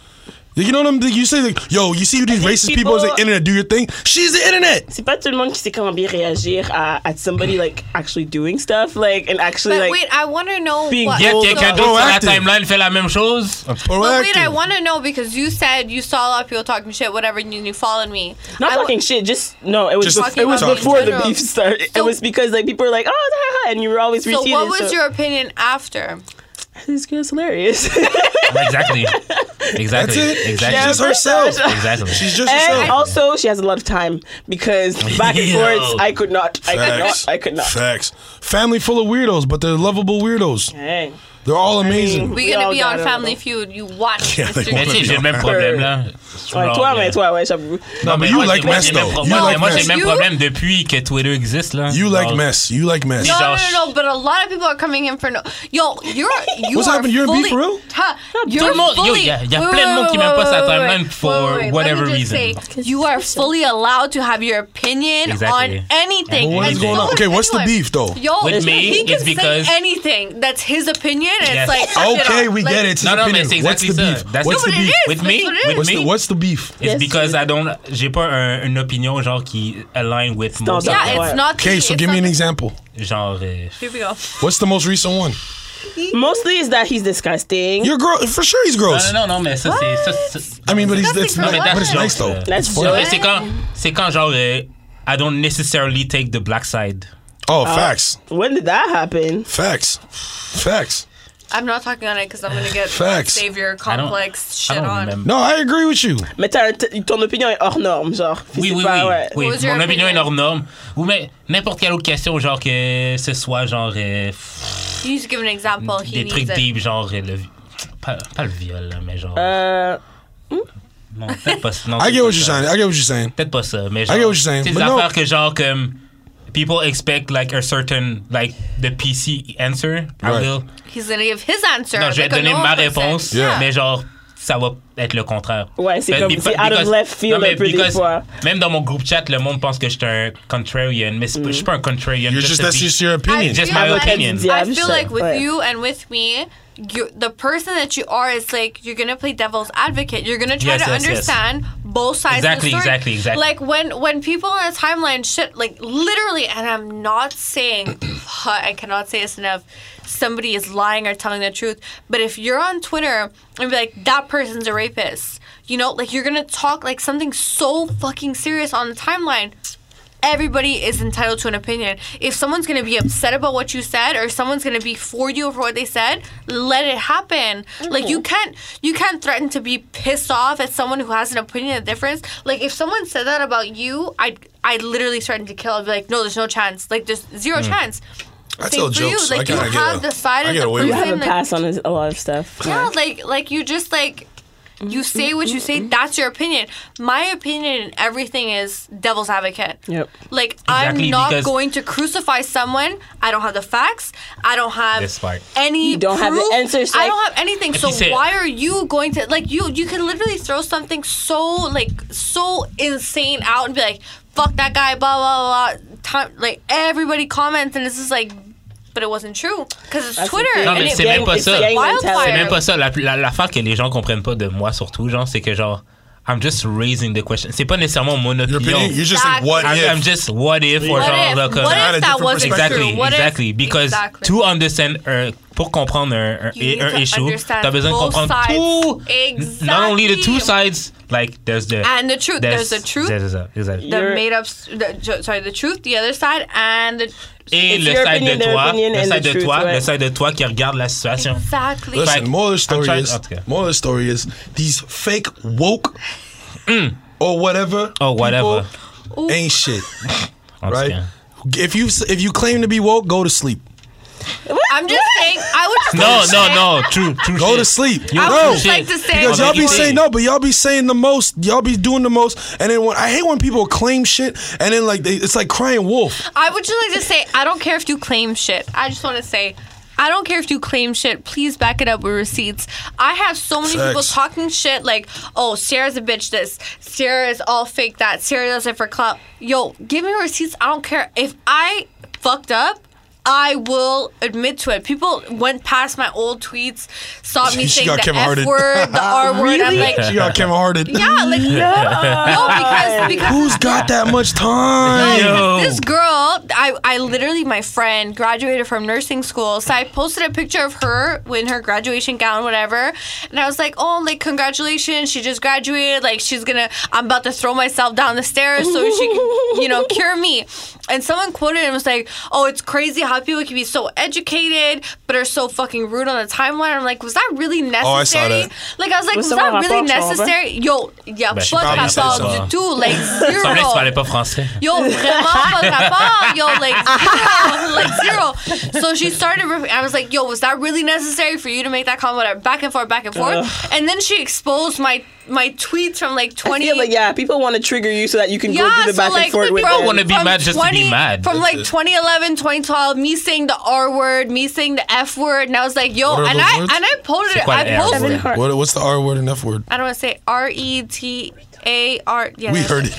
You know what I'm? You say like, yo, you see who these racist people, on the people- internet do your thing. She's the internet. C'est pas tout le monde qui sait comment bien réagir à at somebody like actually doing stuff like and actually But like wait, I want to know. Being what, Il y a Well, quelqu'un so- d'autre sur la proactive. timeline fait la même chose. But wait, I Proactive. want to know because you said you saw a lot of people talking shit, whatever, and you, you followed me. Not I wa- talking shit, just no. It was Just bef- it was talking before in the general. beef started. it So- was because like people were like, oh, da, da, da," and you were always So retweeting. what was so- your opinion after? This girl's hilarious. Exactly. That's Exactly. it. She's just Exactly. herself. Exactly. She's just herself. and also, she has a lot of time because back and Yo. forth, I could not, I could not, Facts. I could not. Facts. Family full of weirdos, but they're lovable weirdos. Hey, They're all amazing. We're We gonna all be got on it, Family though. Feud. You watch. Yeah, Mr. they Mais won't tu sais, let j'ai le you même know. problème là. ouais, Genre, toi, yeah. mais toi, ouais, j'avoue. Non, But mais you moi, like j'ai- moi, mess, j'ai le même though. pro- You moi, like moi, j'ai mess. le même You- problème depuis que Twitter existe là. You like Genre, mess. You like mess. No, no, Josh. no, no, but a lot of people are coming in for no. Yo, you're. You What's are happened? You're in fully, beef for real? Huh, you're Tout le monde- yo, fully- y a- y a Wait, plein de wait, monde qui wait, m'aime pas wait, sa wait, timeline wait, for wait, wait, let me whatever just reason. say, you are fully allowed to have your opinion Exactly. on anything. But what and is so going on? is Okay, what's the anyone. beef, though? Yo, With me, he can it's because- say anything. That's his opinion, and Yes. it's like fuck it Okay, all. we Like, get it. It's his No, no, mais opinion. c'est What's the exactly ça. beef? That's What's the what it beef? is. With That's me, what it is. with What's the, me, what's the beef? it's Yes, because you I don't, j'ai pas un, une opinion genre qui align with most of Standard. Yeah, Yeah. it's not. Okay, it's so give not me an the- example. genre. euh, Here we go. What's the most recent one? Mostly is that he's disgusting. Your girl, for sure, he's gross. Non, non, non, mais ça c'est ça. c'est- I mean, but he's That's it's, the nice, girl. but it's nice though. That's It's Non, fun. mais c'est quand, c'est quand genre, euh, I don't necessarily take the black side. Oh, facts, When did that happen? facts, facts. I'm not talking on it because I'm gonna get Facts. savior I don't- complex I shit don't on. remember. No, I agree with you. Mais t'as- t- ton opinion est hors norme, genre. Oui, C'est oui, pas- oui. ouais. oui. What was your Mon opinion est opinion? hors norme. Ou mais n'importe quelle autre question, genre que ce soit genre euh, pff, You just give an example. Oh, He des trucs needs it. deep, genre euh, le vi- pas, pas le viol, là, mais genre. Euh, Non, peut-être pas ça. non, I peut-être get pas what you're ça. saying. I get what you're saying. Peut-être pas ça, mais genre. I get what you're saying, C'est des but no. affaires que genre comme. People expect like a certain like the PC answer. I Right. will. He's gonna give his answer. Non, je vais like a donner ma normal person. réponse, Yeah. mais genre, ça va être le contraire. Ouais, c'est But comme- beca- c'est out of because- left field non, mais un peu des because fois. Même dans mon groupe chat, le monde pense que je suis un contrarian, mais c'est pas- je suis pas un contrarian. You're just just a that's bit- just your opinion. Just feel my like- opinion. I Yeah, feel sure. like with Right. you and with me, you, the person that you are is like you're gonna play devil's advocate. You're gonna try Yes, to yes, yes. understand both sides. Exactly, of the story. exactly, exactly. Like when when people on the timeline shit, like literally, and I'm not saying, I cannot say this enough. Somebody is lying or telling the truth. But if you're on Twitter and be like, that person's a rapist, you know, like you're gonna talk like something so fucking serious on the timeline. everybody is entitled to an opinion. If someone's gonna be upset about what you said, or someone's gonna be for you for what they said, let it happen. Like you can't you can't threaten to be pissed off at someone who has an opinion of difference. Like if someone said that about you, I I literally threatened to kill. I'd be like, no, there's no chance. Like there's zero chance. I Same tell for you. jokes. Like, I you kinda get have a- the side I of get the away You with person it. have a like- pass on a lot of stuff. Yeah, like like you just like Mm-hmm. you say what you say. That's your opinion. My opinion in everything is devil's advocate. Yep. Like Exactly, I'm not because- going to crucify someone. I don't have the facts. I don't have This part. any. You don't have the proof. answers, I like- don't have anything. So you say- why are you going to like you? You can literally throw something so like so insane out and be like, "Fuck that guy," blah blah blah. Time, like everybody comments, and it's just like, but it wasn't true because it's That's the Twitter. thing. Non, and mais it c'est même pas it's ça. gang Wildfire. mentality. C'est même pas ça. La, la, l'affaire que les gens comprennent pas de moi, surtout, genre, c'est que genre, I'm just raising the question. C'est pas nécessairement mon Your opinion. opinion, you're just like, Exactly. what I'm, if? I'm just what if uh, or What genre if, là, comme- what Not a if that different wasn't Exactly, true? What if- exactly. Because Exactly. to understand, un- pour comprendre un, un- You need un to issue, understand t'as besoin de both comprendre sides. tout. Exactly. Not only the two sides, like there's the And the truth. There's the truth. there's the- exactly. the You're- made up, s- the, jo- sorry, the truth, the other side, and the, Et It's le your side opinion, de their toi, opinion le and side the de truth, toi, ouais. le side de toi qui regarde la situation. exactly. Listen, Like, more of the story I'm trying- is okay. more of the story is these fake woke Mm. or whatever Oh, whatever. people ain't shit, En tout right? cas. If you if you claim to be woke, go to sleep. I'm just saying, I would just No, like to say- no, no. True, true. Go shit. to sleep. Yo, I Bro, would just like to Shit. say, Because Oh, y'all like be you did. saying no, but y'all be saying the most. Y'all be doing the most, and then when, I hate when people claim shit, and then like they, it's like crying wolf. I would just like to say, I don't care if you claim shit. I just want to say, I don't care if you claim shit. Please back it up with receipts. I have so many people Facts. talking shit like, oh, Sierra's a bitch this. Sierra is all fake that. Sierra does it for clout. Yo, give me receipts. I don't care. If I fucked up, I will admit to it. People went past my old tweets, saw me She saying got the Kevin Harden. F word, the R word. I'm like, She got Kevin Harden. yeah, like, no, because, because Who's got that much time? Yo. because This girl, I, I literally, my friend graduated from nursing school. So I posted a picture of her in her graduation gown, whatever. And I was like, oh, like, congratulations. She just graduated. Like, she's gonna, I'm about to throw myself down the stairs so she can, you know, cure me. And someone quoted and was like, oh, it's crazy how people can be so educated, but are so fucking rude on the timeline. I'm like, was that really necessary? Oh, I saw that. Like, I was like, Was was, someone that rapport, really je comprends necessary? Yo, yeah, Ben, je fuck parle that français, ça. du tout. Like, zero. Semblait que tu parlais pas français. Yo, vraiment pas de rapport. Yo, like zero, like zero. So she started. ref- I was like, yo, was that really necessary for you to make that comment? Whatever. Back and forth, back and forth. And then she exposed my my tweets from like I twenty. feel like, yeah, people want to trigger you so that you can Yeah, go do the so back like, and forth with people them. wanna be from mad just to be mad. From like That's it. 2011, 2012, me saying the R word, me saying the F word, and I was like, yo, What are and those I words? and I posted C'est it. quoi le I R posted. word? it. What, what's the R word and F word? I don't want to say R E T A R. Yeah, We that's heard it.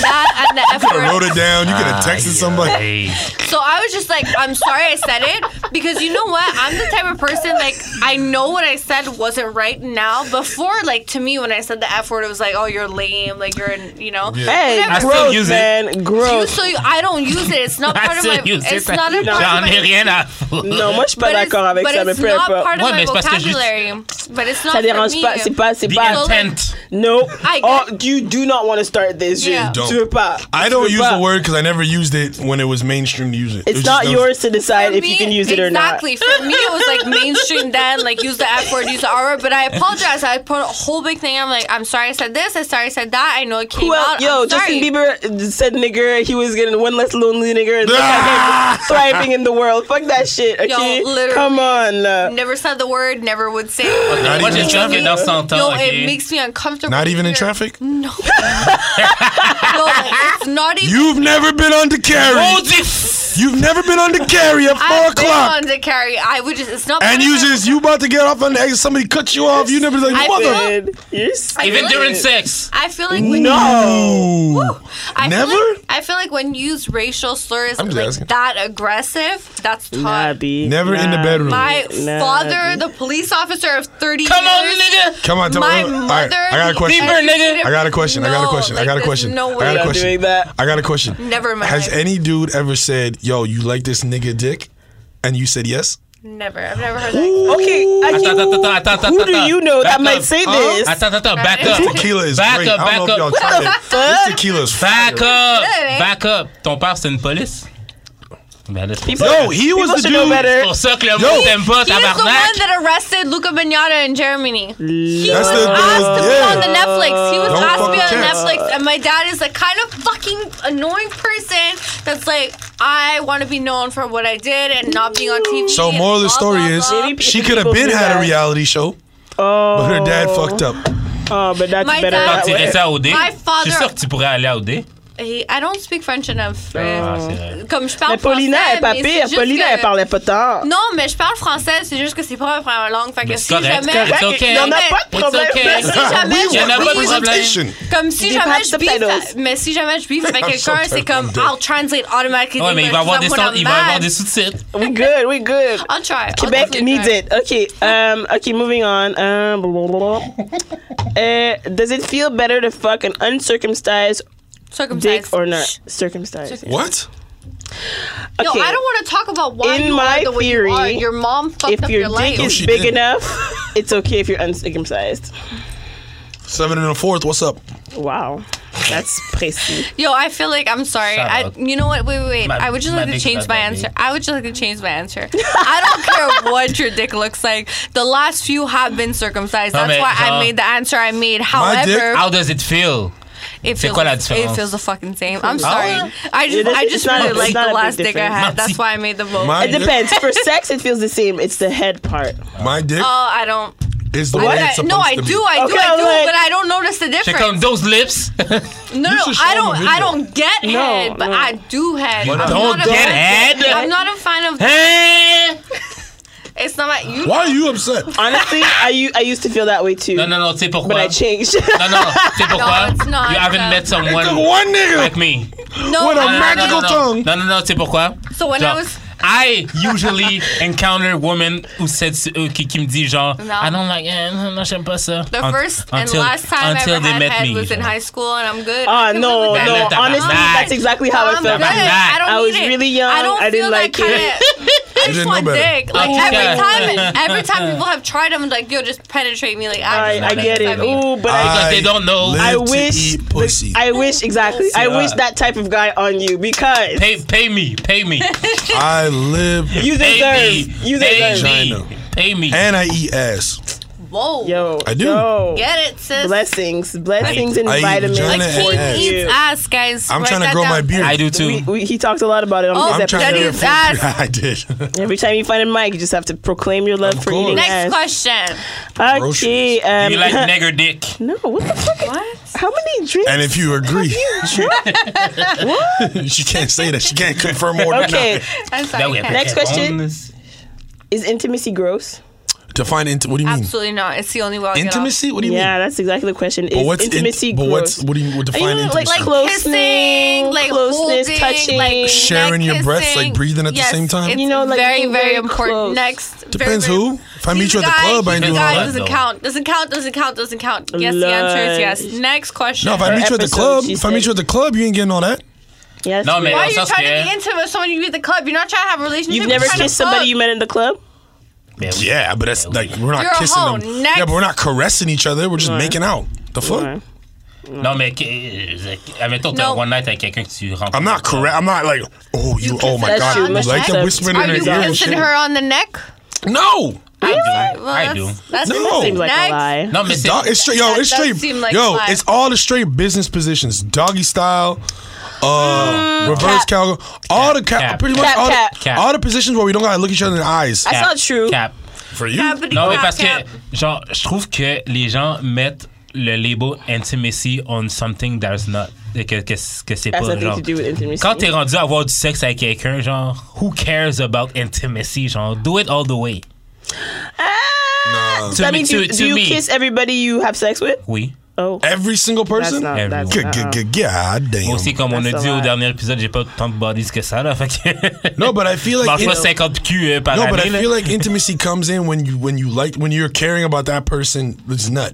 that and the F word. Wrote it down. You could Ah, have texted somebody. Hey. So I was just like, I'm sorry I said it because you know what? I'm the type of person like I know what I said wasn't right now. Before, like to me, when I said the f word, it was like, oh, you're lame, like you're, in, you know. Yeah. Hey, I still gross, use it. man. You- Gross. So you- I don't use it. It's not part of my. Sérieux, c'est It's ça. not a part of J'en ai my. rien à foutre. Non, moi, je suis pas But it's, d'accord avec but ça, mais it's peu not importe. part of Ouais, my mais c'est parce que je- vocabulary. But it's not Ça for dérange me. pas, c'est pas, c'est The pas. intent. No. I- Oh, you do not want to start this. You, Yeah. You don't. tu veux pas. I Tu don't veux use pas. the word because I never used it when it was mainstream to use it. It It's was not just- yours to decide For if you me- can use it or not. exactly. For me, it was like mainstream then, like use the F word, use the R word. But I apologize. I put a whole big thing. I'm like, I'm sorry I said this. I'm sorry I said that. I know it came Well, out. yo, I'm sorry. Justin Bieber said nigger. He was getting one less lonely nigger, and look Ah! at him thriving in the world. Fuck that shit. Okay, literally. come on. uh, Là. Never said the word. Never would say. it. Not Moi, even j'ai peur in que traffic. dans 100 Yo, ans, ok? it makes me uncomfortable. Not to even in hear. traffic. No. no, it's not even. You've never been under Oh, carry. Dieu! You've never been under carry at four I've been o'clock, on the carry. I would just. It's not. part and of you my- just you about to get off on the exit. Somebody cut you off. You never like I mother. Man, you're sick. Even Really? during sex. I feel like when No. I Never? Feel like, I feel like when you use racial slurs I'm just like asking. that aggressive, that's taught. Nah, B. Never in the Nah. bedroom. My Nah, father, the police officer of 30 Hmm. Come on, years. nigga! Come on, tell My me. mother. All right, I got a the question. Bieber, nigga. I got a question. I got a No, question. I like, got a there's question. No I way. got a Not question. doing that. I got a question. Never in my Has life. any dude ever said, "Yo, you like this nigga dick," and you said yes? Never. I've never heard that. Okay, I Attends, think attends, who, attends, attends, who do attends. you know Back that might up. say Huh? this? Attends, attends, back This up. Tequila is Back great. up, I don't know if back y'all up. tried it. fuck? This tequila is fire. Back up. Good, eh? Back up. Ton père, c'est une police? Ben là, c'est pour People- ça- Yo, he was People the should know dude- c'est better. pour ça que le monde t'aime pas, He is the one tabarnak. that arrested Luca Mignata in Germany. He That's was the- asked to be yeah. on the Netflix. He was Don't asked to fuck be with on cats. Netflix, and my dad is the kind of fucking annoying person that's like, I want to be known for what I did and not being on TV. So and moral of the blah, story blah, is blah. Shitty she people could have been do had a that. reality show, Oh, but her dad fucked up. Oh, but that's My better. dad- that Tirer way. ça au dé. Je My suis father- sûr que tu pourrais aller à OD. He- I don't speak French enough. Ah, euh, c'est vrai. Comme je parle Mais Paulina, français, elle est pas mais pire. c'est Paulina, juste elle que- parlait pas tant. Non, mais je parle français, c'est juste que c'est pas ma première langue. Fait que Mais si c'est correct, c'est jamais. correct. Correct, It's Il y en a okay. pas de It's problème. okay. Il Si jamais y en a je pas de bise- problème. Comme si Des jamais pattes je bise, subtitles. mais si jamais je bise avec quelqu'un, c'est comme I'll translate automatically. Ouais, mais il va avoir des when I'm sous- il va mad. avoir des sous-titres. We good, we good. I'll try. I'll Quebec definitely needs try. it. Okay. Um. Okay. Moving on. Um. Blah, blah, blah. Uh, does it feel better to fuck an uncircumcised Circumcised. dick or not? Circumcised. What? Okay. Yo, I don't want to talk about why In you my are the way theory, you are. Your mom fucked if up your your dick life. is Oh, she big didn't. enough, it's okay if you're uncircumcised. Seven and a fourth. What's up? Wow. That's précis. Yo, I feel like I'm sorry. Shout I, out. you know what? Wait, wait, wait. My- I would just my like to dick's change not my that answer. big. I would just like to change my answer. I don't care what your dick looks like. The last few have been circumcised. No, That's but, why uh, I made the answer I made. My dick- However, How does it feel? it feels quoi la it différence? feels the fucking same. I'm sorry. yeah. I just It is- I it's just not- really it's like not the a big last dick I difference. had. That's Merci. why I made the vote. My It depends. For sex, it feels the same. It's the head part. My dick Oh, I don't. is the I- way I- it's supposed no, I to do, be. I do, Okay, I do, like- but I don't notice the C'est comme difference. those lips. No, no, should show I them don't. a I video. don't get No, head, but no. I do head. You I'm don't not a get fan- head? I'm not a fan of. Hey! It's not my. You Why are you upset? Honestly, I, u- I used to feel that way too. Non, non, non, tu sais But pourquoi? I changed. Non, non, tu sais pourquoi? No, it's not, You haven't no. met someone One nigga. like me. No, What a no, no, no, no, magical no. tongue. Non, non, non, tu sais pourquoi? So when Genre, I was- I usually encounter women who said, euh, qui, qui me dit genre, Non. I don't like, eh, non, non, j'aime pas ça. The Un- first and last time I until ever they had met head me, was in genre. high school, and I'm good. Ah I can no, live with no. that. Let that Honestly, back. that's exactly how I I'm good. felt. back. I don't I was need it. really young. I, don't I didn't feel like that it. Kinda, I didn't just know want better. dick. Like Okay. every time, every time people have tried, I'm like, yo, just penetrate me. Like I, I, just I wanna get it. fuck you. Ooh, but I, Because they don't know. live I Ah, to wish eat pussy. I wish exactly. I wish that type of guy on you because Pay, pay me, pay me. I live you pay deserve. me. You pay deserve. China. me. Pay me. and I eat ass. Whoa. Yo, I do. Yo. Get it, sis. Blessings, blessings, and I eat vitamins. vagina Like and ass. he you. eats ass, guys. I'm Write trying to that grow down. my beard. I do We, too. we, he talked a lot about it on Oh, I'm his trying Daddy to episode. is ass. I did. Every time you find a mic, you just have to proclaim your love Of for course. eating Next ass. question. Okay. Um, you like nigger dick? no, what the fuck? What? How many drinks? And if you agree, she can't say that. She can't confirm or deny. Okay. I'm That we sorry. have Kat. Next question. bonus. Is intimacy gross? Define int- what do you mean? Absolutely not. It's the only way. I'll get off. Intimacy? What do you Yeah, mean? that's exactly the question. Is But what's in- intimacy but gross? what's what do you what Are you define like- intimacy? like close kissing, like closeness, holding, touching. like Sharing neck your breaths, kissing. like breathing at the Yes, same time? It's You know, like, very, being very very important. close. Next, Depends very, who. If I meet you at the He's a club, guy, I ain't he's a doing guy, all that. Doesn't though. count. Doesn't count. Doesn't count. Doesn't count. Yes, the answer is yes. Lush. Next question. No, if I meet you at the episode, club, she if I meet said- you at the club, you ain't getting all that. Yes. No, ma'am. man. Why are I'm you so trying to be scared. intimate with someone you meet at the club? You're not trying to have a relationship. You've You're never trying to kissed somebody fuck. you met in the club? Man, we- Yeah, but that's like we're not You're a kissing hoe. them. Next. Yeah, but we're not caressing each other. We're just making out. The fuck? Ouais. Non, mais euh, admettons, t'as un No. one night avec quelqu'un que tu rencontres. I'm not correct. I'm not like, oh, you, oh my kissing god, her you on the like cheek? that whispering in Are her you ear and kissing shit. her on the neck? No, I do. Well, I that's, do. That's No. Seems like Next. a lie. Non, mais it's c'est. dog. It's straight, yo. That It's does straight, seem like yo. five. It's all the straight business positions: doggy style, uh, reverse Cap. cowgirl, all the cap, Cap. pretty much Cap, all, cap. The, Cap. all the positions where we don't gotta look each other in the eyes. That's Cap. not true. Cap. For you, Yeah, but Non, mais you parce que, can't- genre, je trouve que les gens mettent le label intimacy on something that's not. Que, que, que c'est That's pas nothing genre. to do with intimacy. Quand t'es rendu à avoir du sexe avec quelqu'un, genre, who cares about intimacy? Genre, do it all the way. nah. To that me, means to, you, to do you me. kiss everybody you have sex with? Oui. Oh, every single that's person. not. Everyone. That's, Good, good, uh-uh. good. God damn. Moi aussi, comme on a That's dit a au lot. dernier épisode, j'ai pas tant de bodies que ça, là. Fait que. No, but I feel Je like mange pas 50 culs euh, par No, année. but I là. feel like intimacy comes in when you when you like when you're caring about that person. It's nut.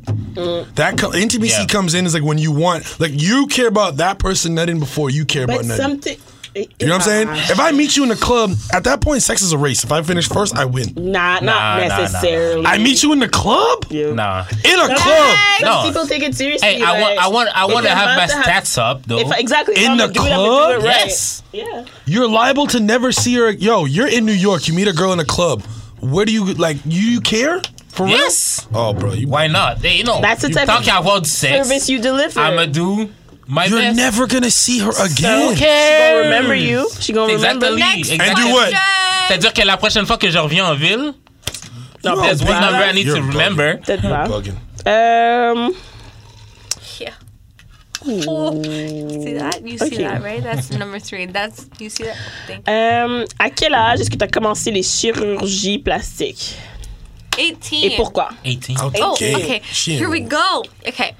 That co- intimacy Yeah. comes in is like when you want like you care about that person nutting before you care But about nutting. something. You know what I'm saying? If I meet you in the club, at that point, sex is a race. If I finish first, I win. Nah, Nah, not nah, nah, nah. necessarily. I meet you in the club? you. Nah. In a club? Some No. people take it seriously. Hey, I want, I want, I if want to you're have my about to have- stats up though. If I- exactly if In I'm the gonna do it, I'm gonna do club? it right. Yes. Yeah. You're liable to never see her. Yo, you're in New York. You meet a girl in a club. Where do you, like, you, you care? For real? Yes. Oh, bro. You, Why not? Hey, you know, That's the you type of talking about sex. Service you deliver. I'ma do my you're best. never going to see her again. She gonna remember you. She gonna remember Exactly. me. Next exactly. And do what? C'est-à-dire que la prochaine fois que je reviens en ville, No, there's one bro. number I need You're to bugging. remember. Peut-être pas. Bugging. Um, Yeah. Oh, see that? You see Okay. that, right? That's number three. That's you see that. Thank you. um, à quel âge est-ce que tu as commencé les chirurgies plastiques Eighteen. et pourquoi? 18. Out the Oh, gate. okay. Shit. Here we go. Okay.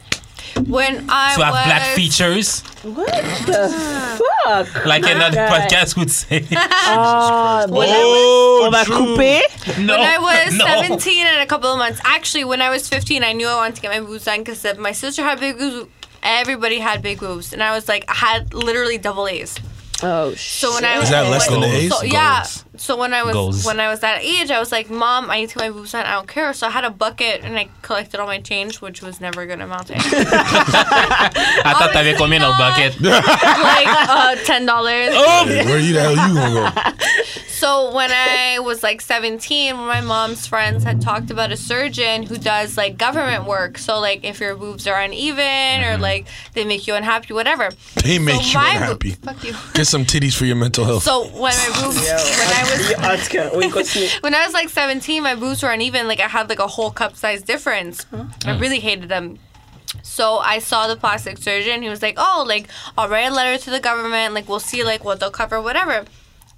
When I To have was black features, What the fuck? like another God. podcast would say. Ah, bon, Oh, on va true. couper. no, When I was no. 17 and a couple of months. Actually, when I was 15, I knew I wanted to get my boobs done because my sister had big boobs. Everybody had big boobs, and I was like, I had literally double A's. Oh shit. So when I Is that less than the when- A's? So, yeah. Goals. So when I was Goals. when I was that age, I was like, Mom, I need to get my boobs done. I don't care. So I had a bucket and I collected all my change, which was never gonna amount to anything. Attends, t'avais combien dans le bucket? like uh, ten dollars. Oh, Hey, where you the hell you going to go? So when I was like 17, my mom's friends had talked about a surgeon who does like government work. So like if your boobs are uneven or like they make you unhappy, whatever. They Mm-hmm. make you my bo- unhappy. Fuck you. Get some titties for your mental health. So when my boobs, when I was En tout cas, oui, continue. when I was like 17, my boobs were uneven. Like I had like a whole cup size difference. Mm. I really hated them. So I saw the plastic surgeon. He was like, "Oh, like I'll write a letter to the government. Like we'll see like what they'll cover, whatever."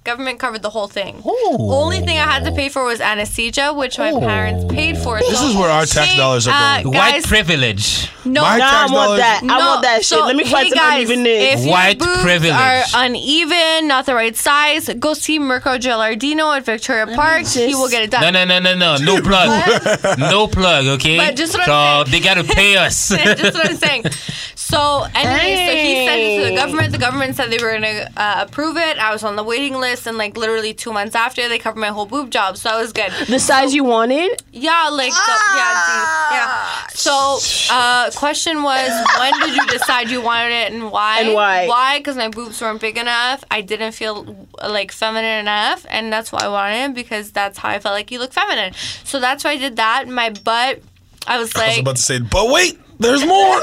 Government covered the whole thing. Only thing I had to pay for was anesthesia, which my parents paid for. Oh. uh, This is where our tax dollars are going. White guys, privilege. no, My Nah, I tax want dollars- that. I want that Ah, shit. so, Let me find hey some guys, uneven niggas. If your White boobs privilege. are uneven, not the right size, go see Mirko Gilardino at Victoria Park. He just- will get it done. No, no, no, no, no. No plug. no plug, okay? But Bah, just what so I'm saying. they gotta pay us. That's what I'm saying. So anyway, so he sent it to Dang. the government. The government said they were gonna uh, approve it. I was on the waiting list, and like literally two months after, they covered my whole boob job, so I was good. The size you wanted? Yeah, like the, yeah, the- yeah. So uh, question was, when did you decide you wanted it, and why? And why? Why? Because my boobs weren't big enough. I didn't feel like feminine enough, and that's why I wanted it because that's how I felt like you look feminine. So that's why I did that. My butt. I was I was like, about to say, but wait, there's more.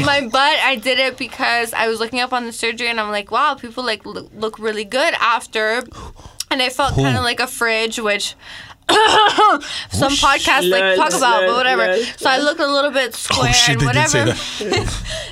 my butt i did it because i was looking up on the surgery and i'm like wow people like look, look really good after and i felt kind of like a fridge which some podcasts like Lol, talk about but lol, whatever lol, so i looked a little Oh, bit Oh, square and whatever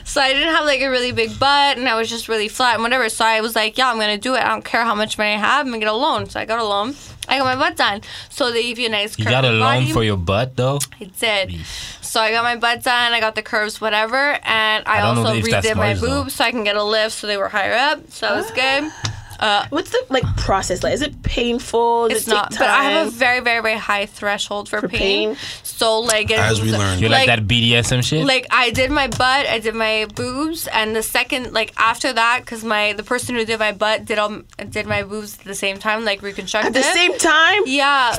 so i didn't have like a really big butt and i was just really flat and whatever so i was like yeah i'm gonna do it i don't care how much money i have i'm gonna get a loan so i got a loan i got my butt done so they give you a nice You got a curvy loan body. for your butt, though? I did. So I got my butt done, I got the curves, whatever, and I, I don't know also if that's redid my smart, though. boobs so I can get a lift so they were higher up. So that was good. Ah. What's the like process like? Is it painful? Does It's it take not, but I have a time? very, very, very high threshold for, For pain. pain? So like, it As we was- learned. You like, that BDSM shit? like I did my butt, I did my boobs, and the second like after that, because my the person who did my butt did all did my boobs at the same time, like reconstructed. at the same time. Yeah.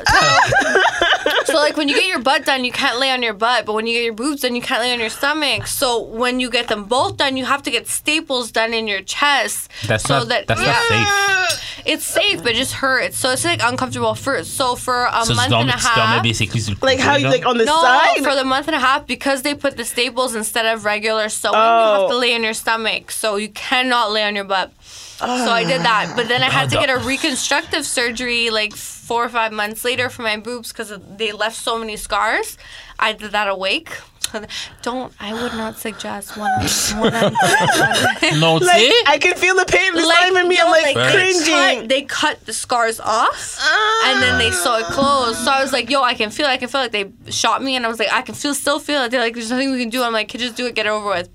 so like when you get your butt done, you can't lay on your butt, but when you get your boobs done, you can't lay on your stomach. So when you get them both done, you have to get staples done in your chest. That's so not- that's not safe. It's safe, but it just hurts. So it's like uncomfortable for so for a so month tu dormais, and a tu dormais half. basically sur le Like how côté, you genre? like on the No, side? for the month and a half because they put the staples instead of regular sewing. You Oh. have to lay on your stomach, so you cannot lay on your butt. So I did that, but then I had to God. get a reconstructive surgery like four or five months later for my boobs because they left so many scars. I did that awake. Don't. I would not suggest one. on- one on- Non, tu like sais? I can feel the pain. It's not even me. yo, I'm like, they cringing. cut- they cut the scars off and then they sew it closed. So I was like, yo, I can feel it. I can feel it. They shot me and I was like, I can feel, still feel it. They're like, there's nothing we can do. I'm like, "Kid, just do it, get it over with.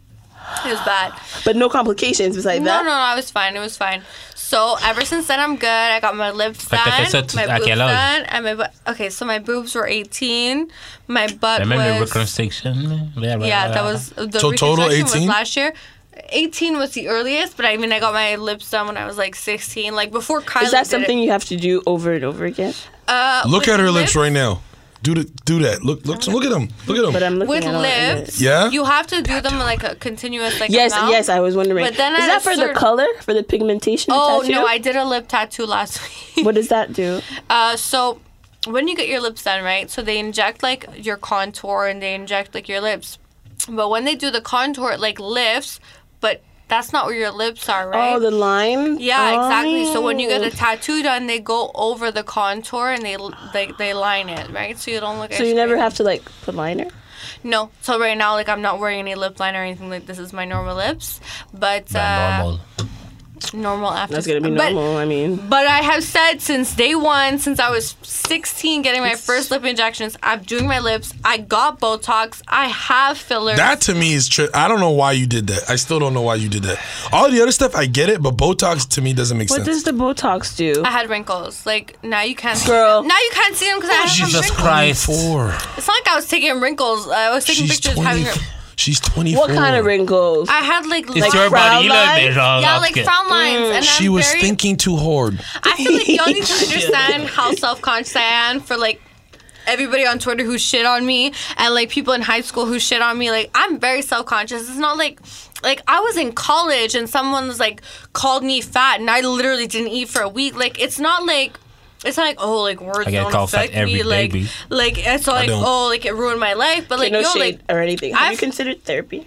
It was bad. But no complications besides No, that. no, no, I was fine. It was fine. So ever since then, I'm good. I got my lips Fait que t'as fait done, ça tout- my à boobs quel âge? done, and my butt. Okay, so my boobs were 18. My butt Remember was reconstruction? yeah, that was the uh, So total reconstruction was 18? last year. 18 was the earliest, but I mean, I got my lips done when I was like 16, like before Kylie. Is that did it. something you have to do over and over again? Uh, Look with at her lips right now. Do the, do that. Look look look at them. Look at But them. I'm looking With at all of lips, it. Yeah? you have to do them like a continuous, like Yes, amount. yes, I was wondering. But then is at that a for the certain- color, for the pigmentation? the Oh tattoo? no, I did a lip tattoo last week. What does that do? Uh, so when you get your lips done, right? So they inject like your contour and they inject like your lips. But when they do the contour, it like lifts, but that's not where your lips are, right? Oh, the line. yeah, Oh. exactly. So when you get a tattoo done, they go over the contour and they they, they line it, right? So you don't look. So you never have to like put liner. No. So right now, like I'm not wearing any lip liner or anything. Like this is my normal lips, but Not uh, normal. normal after. That's gonna be but- normal. I mean, But I have said since day one, since I was 16, getting my first lip injections, I'm doing my lips. I got Botox. I have fillers. That to me is tri- I don't know why you did that. I still don't know why you did that. All the other stuff I get it, but Botox to me doesn't make what sense. does the Botox do? I had wrinkles. Like now you can't. see Girl. them. Now you can't see them because I have some Oh, Jesus wrinkles. Christ. Four. It's not like I was taking wrinkles. I was taking She's pictures twenty. having. wr- She's twenty. What kind of wrinkles? I had like It's lines- your frown body, là, mais lines? genre. yeah, en like tout cas. frown lines. Mm. And She I'm was very, thinking too hard. I feel like y'all need to understand how self conscious I am for like everybody on Twitter who shit on me and like people in high school who shit on me. Like I'm very self conscious. It's not like like I was in college and someone was like called me fat and I literally didn't eat for a week. Like it's not like it's not like oh like words I get don't called fat affect me every day, like B. like it's not like don't. oh like it ruined my life but like no yo shade like or anything. Have you I've- considered therapy?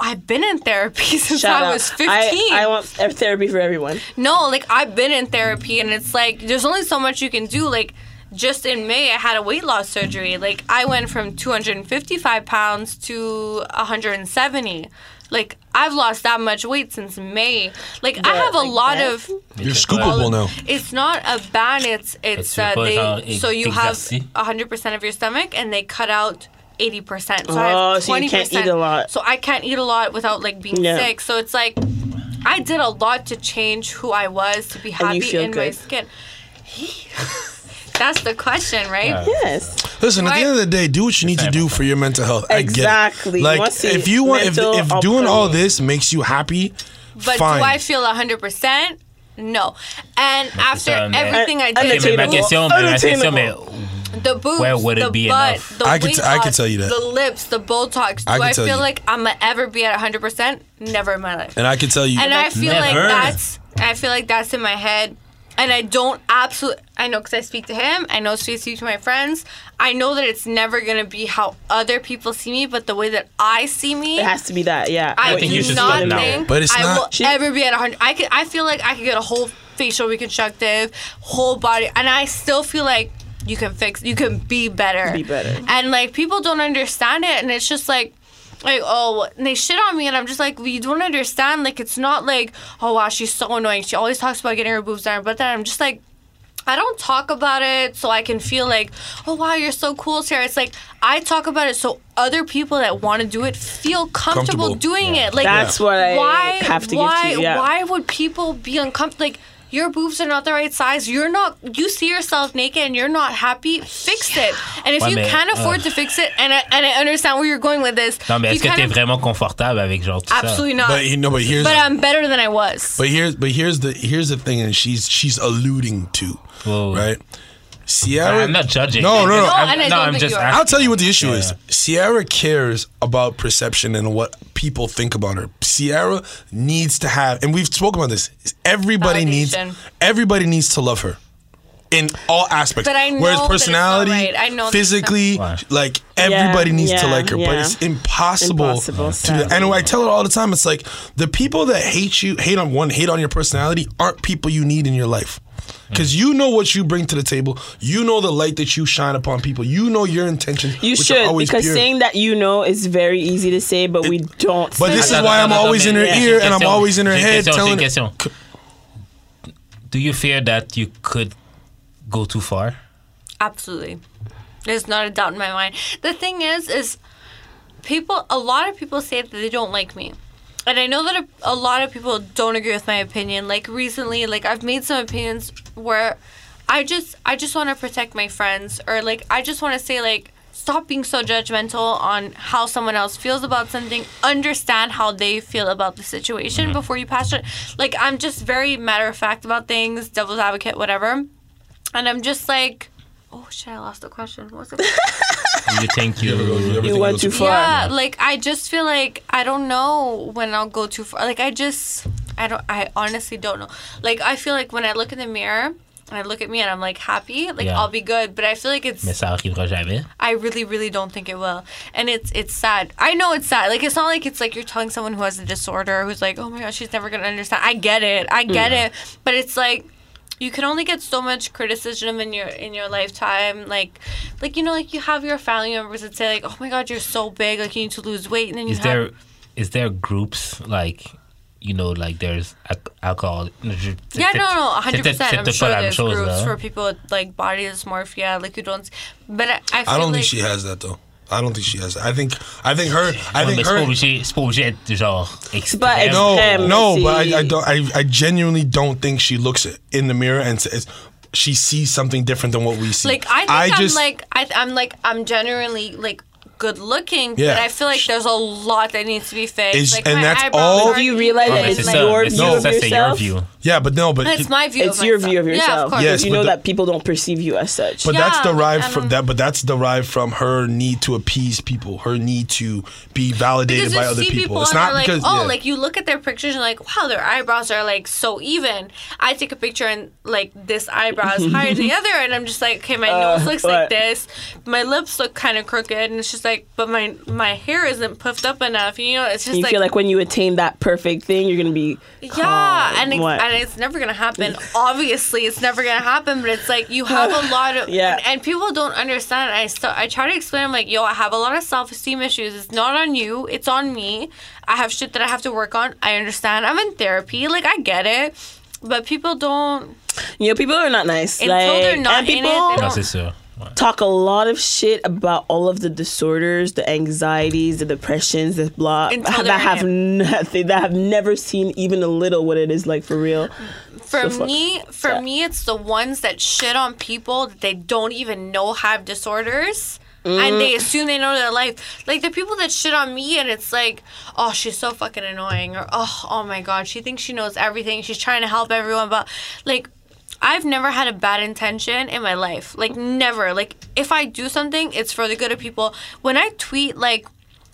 I've been in therapy since Shout I out. was 15 I, I want th- therapy for everyone. No, like I've been in therapy and it's like there's only so much you can do. Like just in May, I had a weight loss surgery. Like I went from 255 pounds to 170. Like I've lost that much weight since May. Like I Yeah, have a like lot that. of. You're scoopable now. It's not a ban. It's it's tu veux uh, pas, genre, they ex- so you have exercer? 100 percent of your stomach and they cut out. 80%. So I Oh, have so you 20%. can't eat a lot. So I can't eat a lot without like being Yeah. sick. So it's like I did a lot to change who I was to be happy feel in my good. skin. That's the question, right? Yes. Listen, at the Right. end of the day, do what you need to do for your mental health. I get it. Exactly. Like Once you- if you want, if, mental if optimum. doing all this makes you happy, But fine. do I feel 100%? No. And after ça, mais- everything I Un- did, Mais ma Unattainable. question, mais ma question, mais the boobs, Where would it the be butt, enough? the I could t- weight I could loss, tell you that. The lips, the Botox. Do I could I, tell feel you. like I'm gonna ever be at 100%? Never in my life. and I can tell you, And I feel like Never. that's I feel like that's in my head. And I don't absolutely I know because I speak to him. I know so I speak to my friends. I know that it's never gonna be how other people see me, but the way that I see me, It has to be that. Yeah. I, think do you should not stop now. think But it's I not- will ever be at 100. I could, I feel like I could get a whole facial reconstructive, whole body, and I still feel like you can fix, you can be better, Be better. and like people don't understand it, and it's just like. Like oh, and they shit on me, and I'm just like, well, you don't understand. Like it's not like, oh wow, she's so annoying. She always talks about getting her boobs done, but then I'm just like, I don't talk about it so I can feel like, oh wow, you're so cool, Sarah. It's like I talk about it so other people that want to do it feel comfortable, Comfortable. doing it. Like That's what I why have to give to why you, yeah. why would people be uncomfortable? Like your boobs are not the right size. You're not. You see yourself naked and you're not happy. Fix it. And if Ouais, you mais, can't afford euh, to fix it, and I, and I understand where you're going with this. Non, mais you est-ce que kind t'es of- vraiment confortable avec genre tout ça? Absolutely not. but you know, but here's But I'm better than I was. But here's but here's the here's the thing that she's she's alluding to, Whoa. right? Sierra, I'm not judging. No, no, No, no. I'm- and I no, don't I'm think just you are. I'll tell you what the issue Yeah. is. Sierra cares about perception and what people think about her. Sierra needs to have, and we've spoken about this. Everybody needs Validation. everybody needs to love her in all aspects. But I know Whereas that it's not personality, right. I know that it's physically, not- like everybody needs to yeah, like her, but yeah. it's impossible. Impossible, to do. And sadly. I tell it all the time. It's like the people that hate you, hate on one, hate on your personality, aren't people you need in your life. Because you know what you bring to the table. You know the light that you shine upon people. You know your intentions. You which are should always because pure. saying that you know is very easy to say, but we don't. But say this it. is why I'm always in her mais ear j'ai and une I'm question. always in her J'ai une head question, j'ai telling une her- question. Do you fear that you could go too far? Absolutely. There's not a doubt in my mind. The thing is, is people, a lot of people say that they don't like me. And I know that a, a lot of people don't agree with my opinion. Like recently, like I've made some opinions where I just, I just want to protect my friends or like, I just want to say like, stop being so judgmental on how someone else feels about something. Understand how they feel about the situation before you pass it. Like I'm just very matter of fact about things, devil's advocate, whatever. And I'm just like, oh shit, I lost the question. What's the question? You think you. Everything went goes- too far. Yeah, like I just feel like I don't know when I'll go too far. Like I just, I don't, I honestly don't know. Like I feel like when I look in the mirror and I look at me and I'm like happy, like Yeah. I'll be good. But I feel like it's, Mais ça arrivera jamais. I really, really don't think it will. And it's, it's sad. I know it's sad. Like it's not like it's like you're telling someone who has a disorder who's like, oh my gosh, she's never gonna understand. I get it, I get it. But it's like. You can only get so much criticism in your in your lifetime, like, like you know, like you have your family members that say like, "Oh my God, you're so big, like you need to lose weight," and then you Is have there is there groups like you know like there's ac- alcohol? Yeah, no, no, C'est- hundred c'est- percent. c'est I'm pas sure la même there's chose, hein? groups là. for people with like body dysmorphia, like you don't. s- But I, I feel I don't like think she has that though. I don't think she has. That. I think I think her. I Ouais, mais think c'est pas her. obligé, c'est pas obligé d'être genre extrême. ex- No, Extreme, no, but see. I, I don't. I, I genuinely don't think she looks in the mirror and says she sees something different than what we see. like I think I am like I, th- I'm like I'm genuinely like good looking, but Yeah. I feel like there's a lot that needs to be fixed. It's- like and my that's eyebrows all- are Do you realize deep, that Ah, Mais like- it's c'est ça, your mais view ça, of ça, c'est your yourself? view. yeah, but no, but That's my view. It's of your myself. view of Yeah, of yourself. course. Yes, you but know the- that people don't perceive you as such. But that's Yeah, um, like, derived I from don't- that. But that's derived from her need to appease people, her need to be validated Because by you other see people. people It's and not are like, because oh, yeah. like you look at their pictures and like, wow, their eyebrows are like so even. I take a picture and like this eyebrow is higher than the other, and I'm just like, okay, my Uh, nose looks what? like this, my lips look kind of crooked, and it's just like, but my my hair isn't puffed up enough. You know, it's just you like, feel like when you attain that perfect thing, you're gonna be yeah, and it's, what? and it's never gonna happen. Obviously, it's never gonna happen. But it's like you have a lot of Yeah. and, and people don't understand. I still I try to explain. I'm like, yo, I have a lot of self esteem issues. It's not on you. It's on me. I have shit that I have to work on. I understand. I'm in therapy. Like I get it. But people don't. you know people are not nice. Until like, they're not and in it, people they Non, don't- c'est sûr. Ouais. talk a lot of shit about all of the disorders, the anxieties, the depressions, the blah Until they're that have in nothing that have never seen even a little what it is like for real. For So fuck- me, for yeah. me, it's the ones that shit on people that they don't even know have disorders. And Mm. they assume they know their life. Like the people that shit on me, and it's like, oh, she's so fucking annoying, or oh, oh my god, she thinks she knows everything. She's trying to help everyone, but like, I've never had a bad intention in my life. Like never. Like if I do something, it's for the good of people. When I tweet like,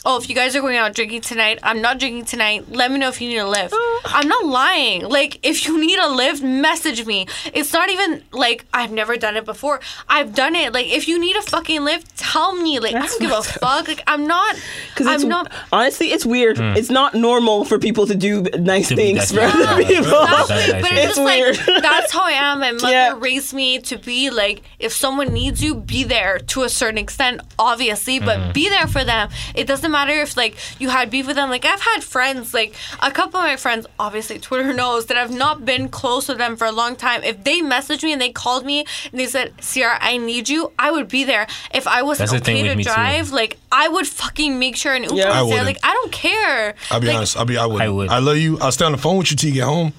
oh, if you guys are going out drinking tonight, I'm not drinking tonight. Let me know if you need a lift. I'm not lying. Like if you need a lift, message me. It's not even like I've never done it before. I've done it. Like if you need a fucking lift, tell me. Like I don't give a fuck. Like I'm not. Because I'm not. honestly, it's weird. It's not normal for people to do nice To be things for that- other yeah. people. Exactly. But It's it's, just weird. like that's how I am. My mother Yeah. raised me to be like, if someone needs you, be there to a certain extent, obviously, but Mm-hmm. be there for them. It doesn't matter if like you had beef with them. Like I've had friends, like a couple of my friends, obviously Twitter knows that I've not been close with them for a long time. If they messaged me and they called me and they said, Sierra, I need you, I would be there. If I wasn't That's the thing okay with to me too. drive, like I would fucking make sure an Uber Yeah. I was there. wouldn't. Like I don't care. I'll be Like, honest. I'll be. I would. I would. I love you. I'll stay on the phone with you till you get home.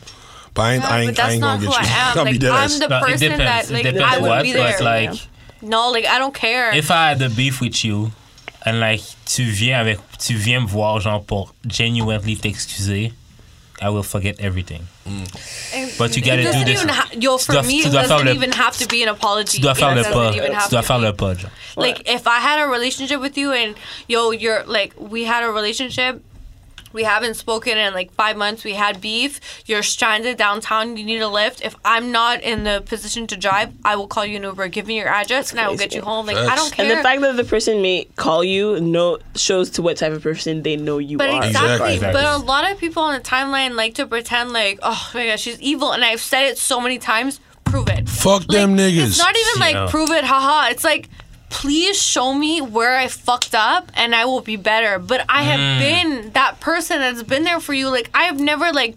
But I ain't. No, I but ain't, that's I ain't not who gonna get you. I am. I'll be Like, dead I'm ass. the No, it person depends. that It like depends I would what, be but, there. like- no, like I don't care. If I had a beef with you, and like tu viens avec, tu viens me voir genre pour genuinely t'excuser, I will forget everything. But you Mm. it gotta do doesn't this. even ha- yo Tu for dois- me tu it dois faire doesn't le- even have to be an apology. tu does It faire le doesn't pas. even have Tu does to faire be. le pas, genre. Like if I had a relationship with you and yo, you're like we had a relationship. We haven't spoken in like five months. We had beef. You're stranded downtown. You need a lift. If I'm not in the position to drive, I will call you an Uber. Give me your address, and I will get crazy. you home. Like I Facts. don't care. And the fact that the person may call you no shows to what type of person they know you But are. exactly, Exactly. But a lot of people on the timeline like to pretend like, oh my gosh, she's evil, and I've said it so many times. Prove it. Fuck them Like, niggas. It's not even like Yeah. prove it, haha. It's like, please show me where I fucked up, and I will be better. But I have been that person that's been there for you. Like I have never like.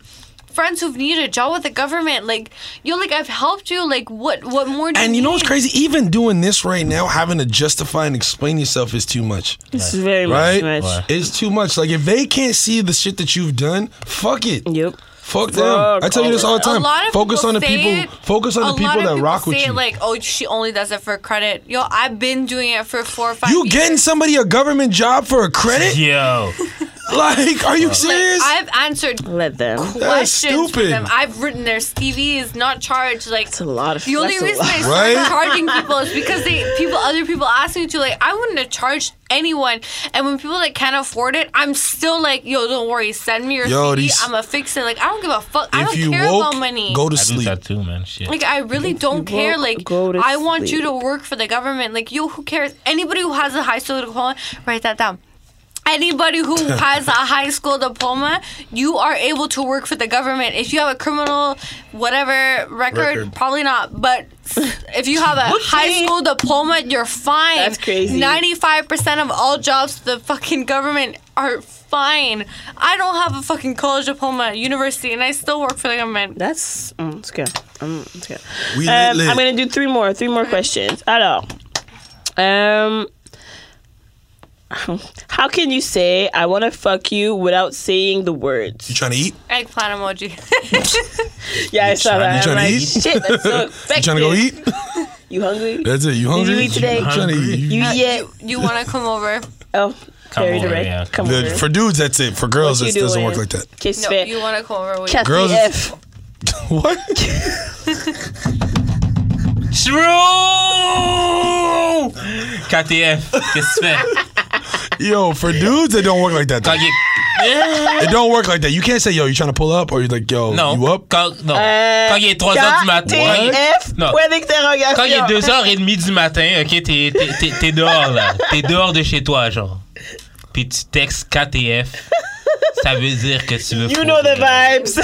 Friends who've needed a job with the government, like you're like I've helped you. Like what? What more? Do and you know what's need? crazy? Even doing this right now, having to justify and explain yourself is too much. it's very Right? much. It's too much. Like if they can't see the shit that you've done, fuck it. Yep. Fuck them. Fuck I tell you this all the A time. lot of focus people on the say people. it- Focus a on the lot people of that rock say with it you. Like, oh, she only does it for credit. Yo, I've been doing it for four or five. you years. getting somebody a government job for a credit? Yo, Like, are you Like, serious? I've answered Let them. questions for stupid. them. I've written their CVs, not charged. Like It's a lot of. the only that's a reason lot. I started Right? charging people is because they people other people ask me to. Like I wouldn't have charged anyone. And when people like can't afford it, I'm still like, yo, don't worry, send me your Yo, CV. these- I'm gonna fix it. Like I don't give a fuck. I if don't you care woke, about money. go to I do sleep. that too, man. Shit. Like I really don't care. woke, Like go to I want you to sleep. work for the government. Like yo, who cares? Anybody who has a high school diploma, write that down. Anybody who has a high school diploma, you are able to work for the government. If you have a criminal, whatever record, Record. probably not. But if you have a high school diploma, you're fine. That's crazy. Ninety-five percent of all jobs, the fucking government are fine. I don't have a fucking college diploma, university, and I still work for the government. That's mm, it's good. Mm, it's good. We lit, Um, lit. I'm gonna do three more, three more questions. Alors, um, how can you say I want to fuck you without saying the You words? trying to eat? Eggplant emoji. Yeah, I saw that. you I'm tryna like, eat? shit, that's so You trying to go effective. eat? You hungry? That's it. You hungry? eat today? trying to eat. You- You yeah. Uh, You, you want to come over? Oh, Come very over, direct. yeah. Come The- over. for dudes, that's it. For girls, What it you doesn't doing? work like that. Qu'est-ce No, que tu you want to come over with fais? Girls, F. What? Shrew! KTF, qu'est-ce que tu fais? yo, for dudes, it don't work like that. Quand il est. Eh, It don't work like that. You can't say, yo, you trying to pull up? Or you're like, yo, Non. you up? Quand, non. Euh, quand il est 3 h du matin. quand il- F. Non. Point d'exterrogation. Quand il est 2h30 du matin, ok, t'es- t'es- t'es t'es dehors là. T'es dehors de chez toi, genre. Puis tu textes KTF. Ça veut dire que tu veux. You know the vibes.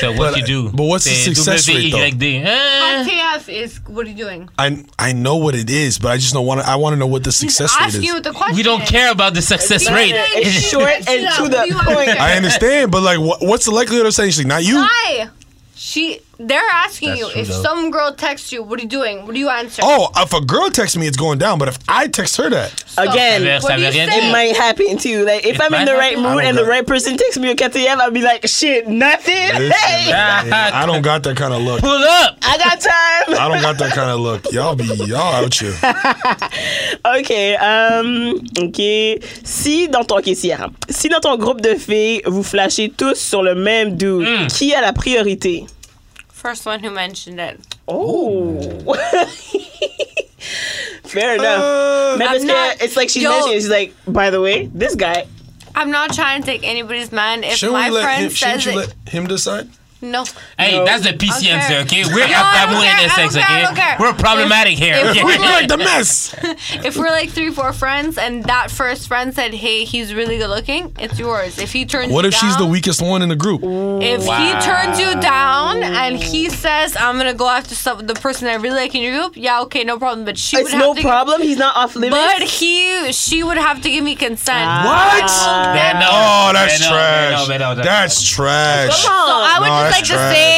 So what you do? but what's the C'est success rate, though? WYD, hein? KF is what are you doing? I I know what it is, but I just don't want to. I want to know what the success rate Asking is. you what the question. We don't is. care about the success rate. It's short and Yeah, to what do you the want to point. hear? I understand, but like, what, what's the likelihood of saying she's not you? Why? She. They're asking That's you true, if though. some girl texts you, what are you doing? What do you answer? Oh, if a girl texts me, it's going down. But if I text her that, Again, Yes. what do you Ça veut rien say? it might happen to you. Like if It I'm in might the right happen. I mood don't and the got- right person texts me a KTM, I'll be like, shit, nothing. listen, Hey, man, I don't got that kind of look. Pull up! I got time. I don't got that kind of look. Y'all be y'all out here. Ok, um, ok. Si dans ton ok, si, hein. si dans ton groupe de filles, vous flashez tous sur le même dude, Hmm. qui a la priorité? First one who mentioned it. Oh. Fair enough. Uh, Mais parce Euh, I'm que, not- it's like she's Yo. mentioning, she's like, by the way, this guy. I'm not trying to take anybody's man. If shouldn't my we let friend him, shouldn't says you it, let him decide? no. Hey, No. that's the PC Okay. answer, okay? We're at No, I don't Taboo care, I and don't SX, care, I don't okay? care. We're problematic here. If- okay? We like the mess. If we're like three, four friends, and that first friend said, "Hey, he's really good looking," it's yours. If he turns, What you if she's the down- weakest one in the group? If Wow. he turns you down and he says, "I'm gonna go after some, the person I really like in your group," yeah, okay, no problem. But she It's would no have to, problem. He's not off limits. But he, she would have to give me consent. Ah. What? Ben non, Oh, that's ben non, ben trash. non, ben non, That's trash. Come So on. I would No, just that's like trash. to say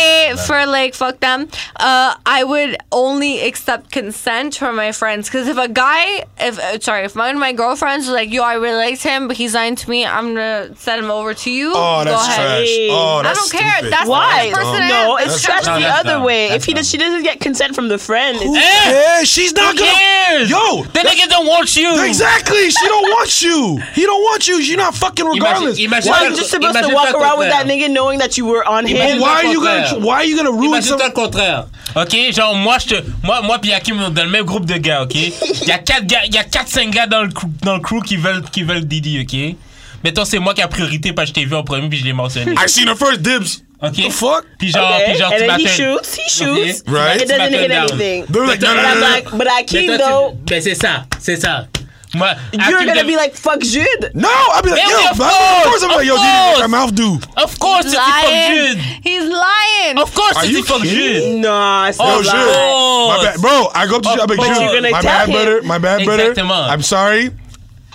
for like fuck them. Uh, I would only accept consent from my friends because if a guy, if uh, sorry, if one of my girlfriends was like, "Yo, I really liked him, but he's lying to me. I'm gonna send him over to you." Oh, go that's ahead. trash. Oh, I I that's don't care. stupid. That's the Why? first person. I- No, that's it's trash dumb. the That's other dumb. way. if That's he does, she dumb. doesn't get consent from the friend, it's Eh? Yeah, she's not Who gonna. cares? Yo, the niggas don't want you. Exactly. She don't want you. He don't want you. You're not fucking regardless. imagine- why why, are you just supposed to Imagine walk toi, around with that contraire. nigga knowing that you were on him? Imagine- why are le you gonna? contraire. Why are you gonna ruin Imagine some? toi le contraire. OK? Genre, moi, je te, moi, moi puis Hakim, on est dans le même groupe de gars, OK? Il y a 4 gars, il y a 4, 5 gars dans le, crew- dans le crew qui veulent, qui veulent Didi, OK? Mettons, c'est moi qui a priorité parce que je t'ai vu en premier puis je l'ai mentionné. I seen her first dibs. OK? The fuck? Puis genre, Okay, puis genre, and tu then he m'appelles. shoots, he OK? shoots. Right. It doesn't hit Tu m'appelles down. anything. They're like, no, And no, I'm no, no, like, but Mais Akeem, toi, tu- though, Ben, c'est ça, c'est ça. Moi, you're Hakim gonna dev- be like, fuck Jude. No, I'd be like, Yeah, yo, yeah, of man, of course, course I'm like, yo, of Diddy, make course. her mouth do. Of course, tu dis lying. fuck Jude. He's lying. Of course, Are tu you dis fuck kidding? Jude. No, it's Oh, not shit. live. My bad, bro. I go up to you. I'm like, But Jude, you're gonna my tell bad, him. brother. My bad, brother. Exactement. I'm sorry.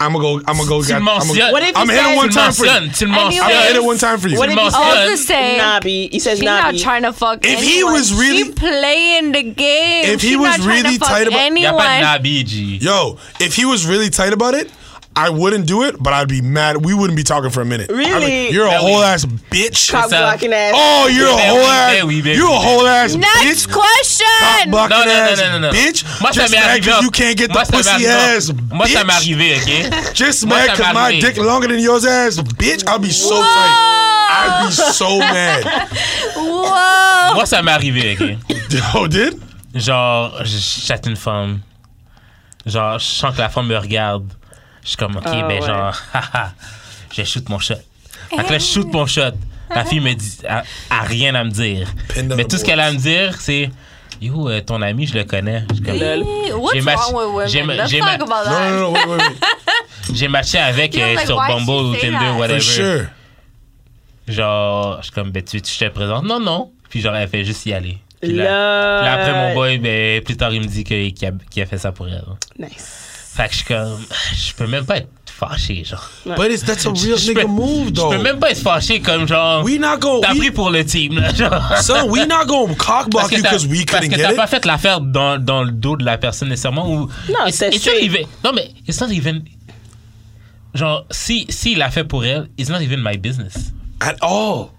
I'm gonna go. I'm gonna go. Tu get- le I'm mentionnes. gonna What if I'm he gonna hit says- it one time for Tu le you. mentionnes, tu le Anyway. I'm gonna hit mentionnes. it one time for you. What if he Must All Good. the Oh. same. Nabi? He says She's not Nabi. trying to fuck If anyone. he was really- she playing the game. If he She was not trying to really fuck tight about- Y'a anyone. pas de Nabi, G. Yo, if he was really tight about it, I wouldn't do it, but I'd be mad. We wouldn't be talking for a minute. I'd be, Really? you're a That whole we- ass bitch. Cock It's a- blocking ass. Oh, you're a That whole we- ass. that we- that You're a we- whole ass Next bitch. question. Cock Non, blocking non, ass non, non, non, non. bitch. Moi, ça Just m'est mad arrivé. 'cause en- you can't get Moi, the ça m'est pussy arrivé en- ass Moi, ça bitch. m'est arrivé, OK? Just Moi, mad ça 'cause m'est my arrivé. dick longer than yours ass bitch. I'll be so tight. I'd be so mad. Whoa. Moi, ça m'est arrivé, OK? Oh, did? Genre, je chatte une femme. Genre, je sens que la femme me regarde. Je suis comme, OK, Ah, ben ouais. genre, haha, je shoot mon shot. Fait que là, je shoot mon shot. La fille me dit, a, a rien à me dire. Pin down Mais the tout ce boards. qu'elle a à me dire, c'est, Yo, euh, ton ami, je le connais. Je suis comme, Lol. What's J'ai ma- wrong with women? j'ai ma- Let's j'ai talk ma- about No, that. no, no. Wait, wait, wait. J'ai matché avec You're euh, like, sur why Bumble she ou say Tinder, that? For For whatever. sure. Genre, je suis comme, ben, tu, tu te présentes? Non, non. Puis genre, elle fait juste y aller. Puis Lol. là, puis là, après, mon boy, ben, plus tard, il me dit que- qu'il a, qu'il a fait ça pour elle. Nice. Fait que je suis comme, je peux même pas être fâché, genre. But it's that's a real Je peux- nigga move though. Je peux même pas être fâché comme genre. We not going. T'as We, pris pour le team, là, genre. son, we not going cock block you t'as- because we parce couldn't que get t'as it. pas fait l'affaire dans, dans le dos de la personne nécessairement. Ou, Non, It's- c'est it's sûr. not even- Non, mais it's not even. Genre, si, si il l'a fait pour elle, it's not even my business. at all.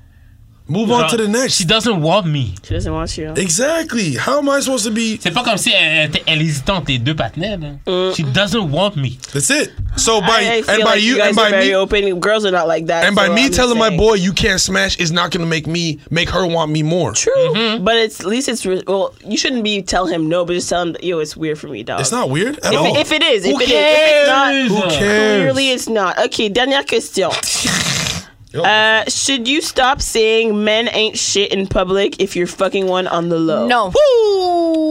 Move on Genre, to the She next. doesn't want me. She doesn't want you. Exactly. How am I supposed to be? C'est pas comme si elle, elle, elle hésitait entre les deux partenaires. là. Euh. She doesn't want me. Ah, That's it. So by I, I feel and by like you, you guys and are by very me open. Girls are not like that. and by so me I'm just telling my saying. boy you can't smash is not gonna make me make her want me more. True, Mm-hmm. but it's at least it's re- well. You shouldn't be tell him no, but just tell him that, yo, it's weird for me, dog. It's not weird at If, all. it, if it is, Who if it is, if it's cares? not, Who cares? clearly it's not. Okay, dernière question. Yo, Uh, should you stop saying men ain't shit in public if you're fucking one on the low? No.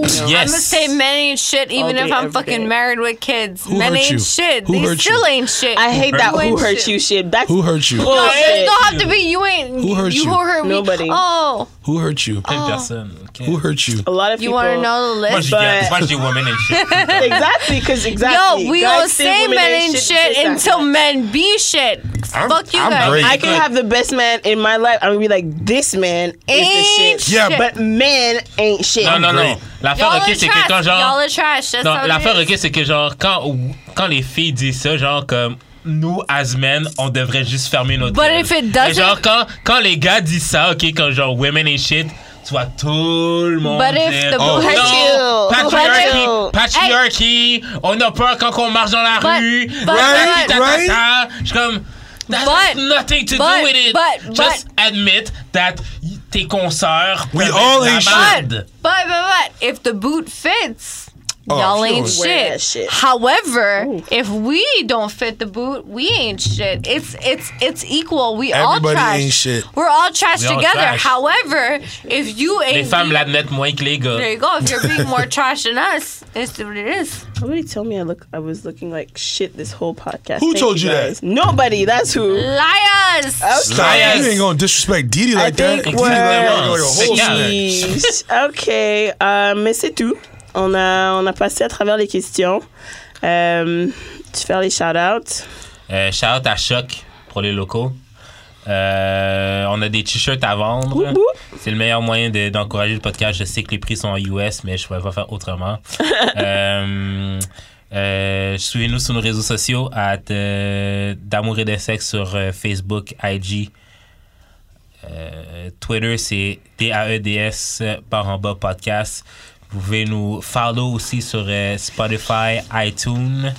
I'm Yes. gonna say men ain't shit even All if day, I'm every fucking day. married with kids. Who men hurt ain't you? shit. Who they hurt still you? ain't shit. I hate that. ain't Who hurt shit. you? Shit. That's who hurt you? bullshit. No, it don't have to be. You ain't. Who hurt you? Who hurt me? Nobody. Oh, Who hurt you? Telle personne. ok. Who hurt you? A lot of you people. want to know the Moi, list? je But- garde- moi, je dis women and shit. exactly, because exactly. Yo, we guys don't say women men ain't shit just that until much. men be shit. I'm- Fuck you I'm guys. great. I could have the best man in my life. I'm gonna be like, this man is the Ain't shit. Yeah, shit. But men ain't shit. Non, non, non. Y'all L'affaire, are ok, c'est que quand trash. genre. Y'all are trash. That's Non, how it l'affaire, is. ok, c'est que genre, quand, quand les filles disent ça, genre, comme nous, as men, on devrait juste fermer notre But gueule. if it Mais doesn't- genre, quand, quand les gars disent ça, ok, quand genre women and shit, tu vois tout le monde. But if dire, oh the- non, Who hurt you? patriarchy, Who hurt you? patriarchy, on a peur quand on marche dans la But- rue. but- ta, ta, ta, Right, ta. Je suis comme. That has But- nothing to but- do with it. but- Just admit that y- tes consoeurs. We peuvent all être ain't la shit. merde. But but but if the boot fits, Oh, y'all she ain't don't wear shit. that shit. However, if we don't fit the boot, we ain't shit. It's it's it's equal. We all Everybody trash. ain't shit. We're all trash We all together. trash. However, if you Les ain't femmes being- l'admettent moins que les gars. there you go. If you're being more trash than us, it's what it is. Somebody told me I look I was looking like shit this whole podcast. Who told you guys. Nobody. That's who. Liars. Stop. Liars. You ain't gonna disrespect Didi I like think that. Didi we're- like a whole Exactement. snack. Sheesh. ok, euh, mais c'est tout. On a on a passé à travers les questions. Euh, tu fais les shout-outs. Euh, shout out à Choc pour les locaux. Euh, on a des t-shirts à vendre. Boubou. C'est le meilleur moyen de- d'encourager le podcast. Je sais que les prix sont en US, mais je ne pourrais pas faire autrement. euh, euh, Suivez-nous sur nos réseaux sociaux à euh, D'amour et de sexe sur euh, Facebook, IG. Euh, Twitter, c'est DAEDS euh, par en bas podcast. Vous pouvez nous follow aussi sur euh, Spotify, iTunes,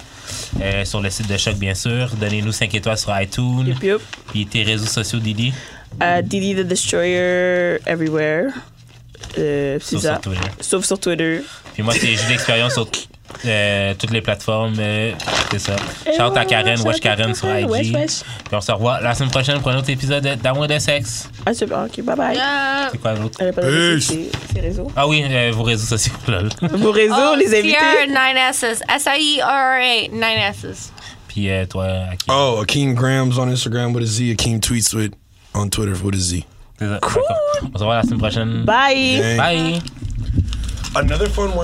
euh, sur le site de Choc, bien sûr. Donnez-nous 5 étoiles sur iTunes. Yup, yup. Puis tes réseaux sociaux, Didi, Euh, Didi the Destroyer everywhere. Euh, c'est sur, ça. sur Twitter. Sauf sur Twitter. Puis moi, c'est juste l'expérience sur euh, toutes les plateformes. euh, c'est ça. Shout à Karen, Shout Wesh out Karen à sur Karen, IG. wesh, wesh. Puis on se revoit la semaine prochaine pour un autre épisode de- d'Amour et de sexe. Ah, c'est bon. Ok, bye bye. Uh, C'est quoi l'autre? Elle a pas de Peace. ses ses réseaux. Ah oui, euh, vos réseaux sociaux, lol. Vos réseaux, oh, les Sierra invités. nine S's. S I E R R A nine S's. Puis euh, toi, Aki. Oh, Akeem Graham's on Instagram with a Z. Akeem tweets with on Twitter with a Z. C'est ça. On se revoit la semaine prochaine. Bye. Gang. Bye. Another fun one.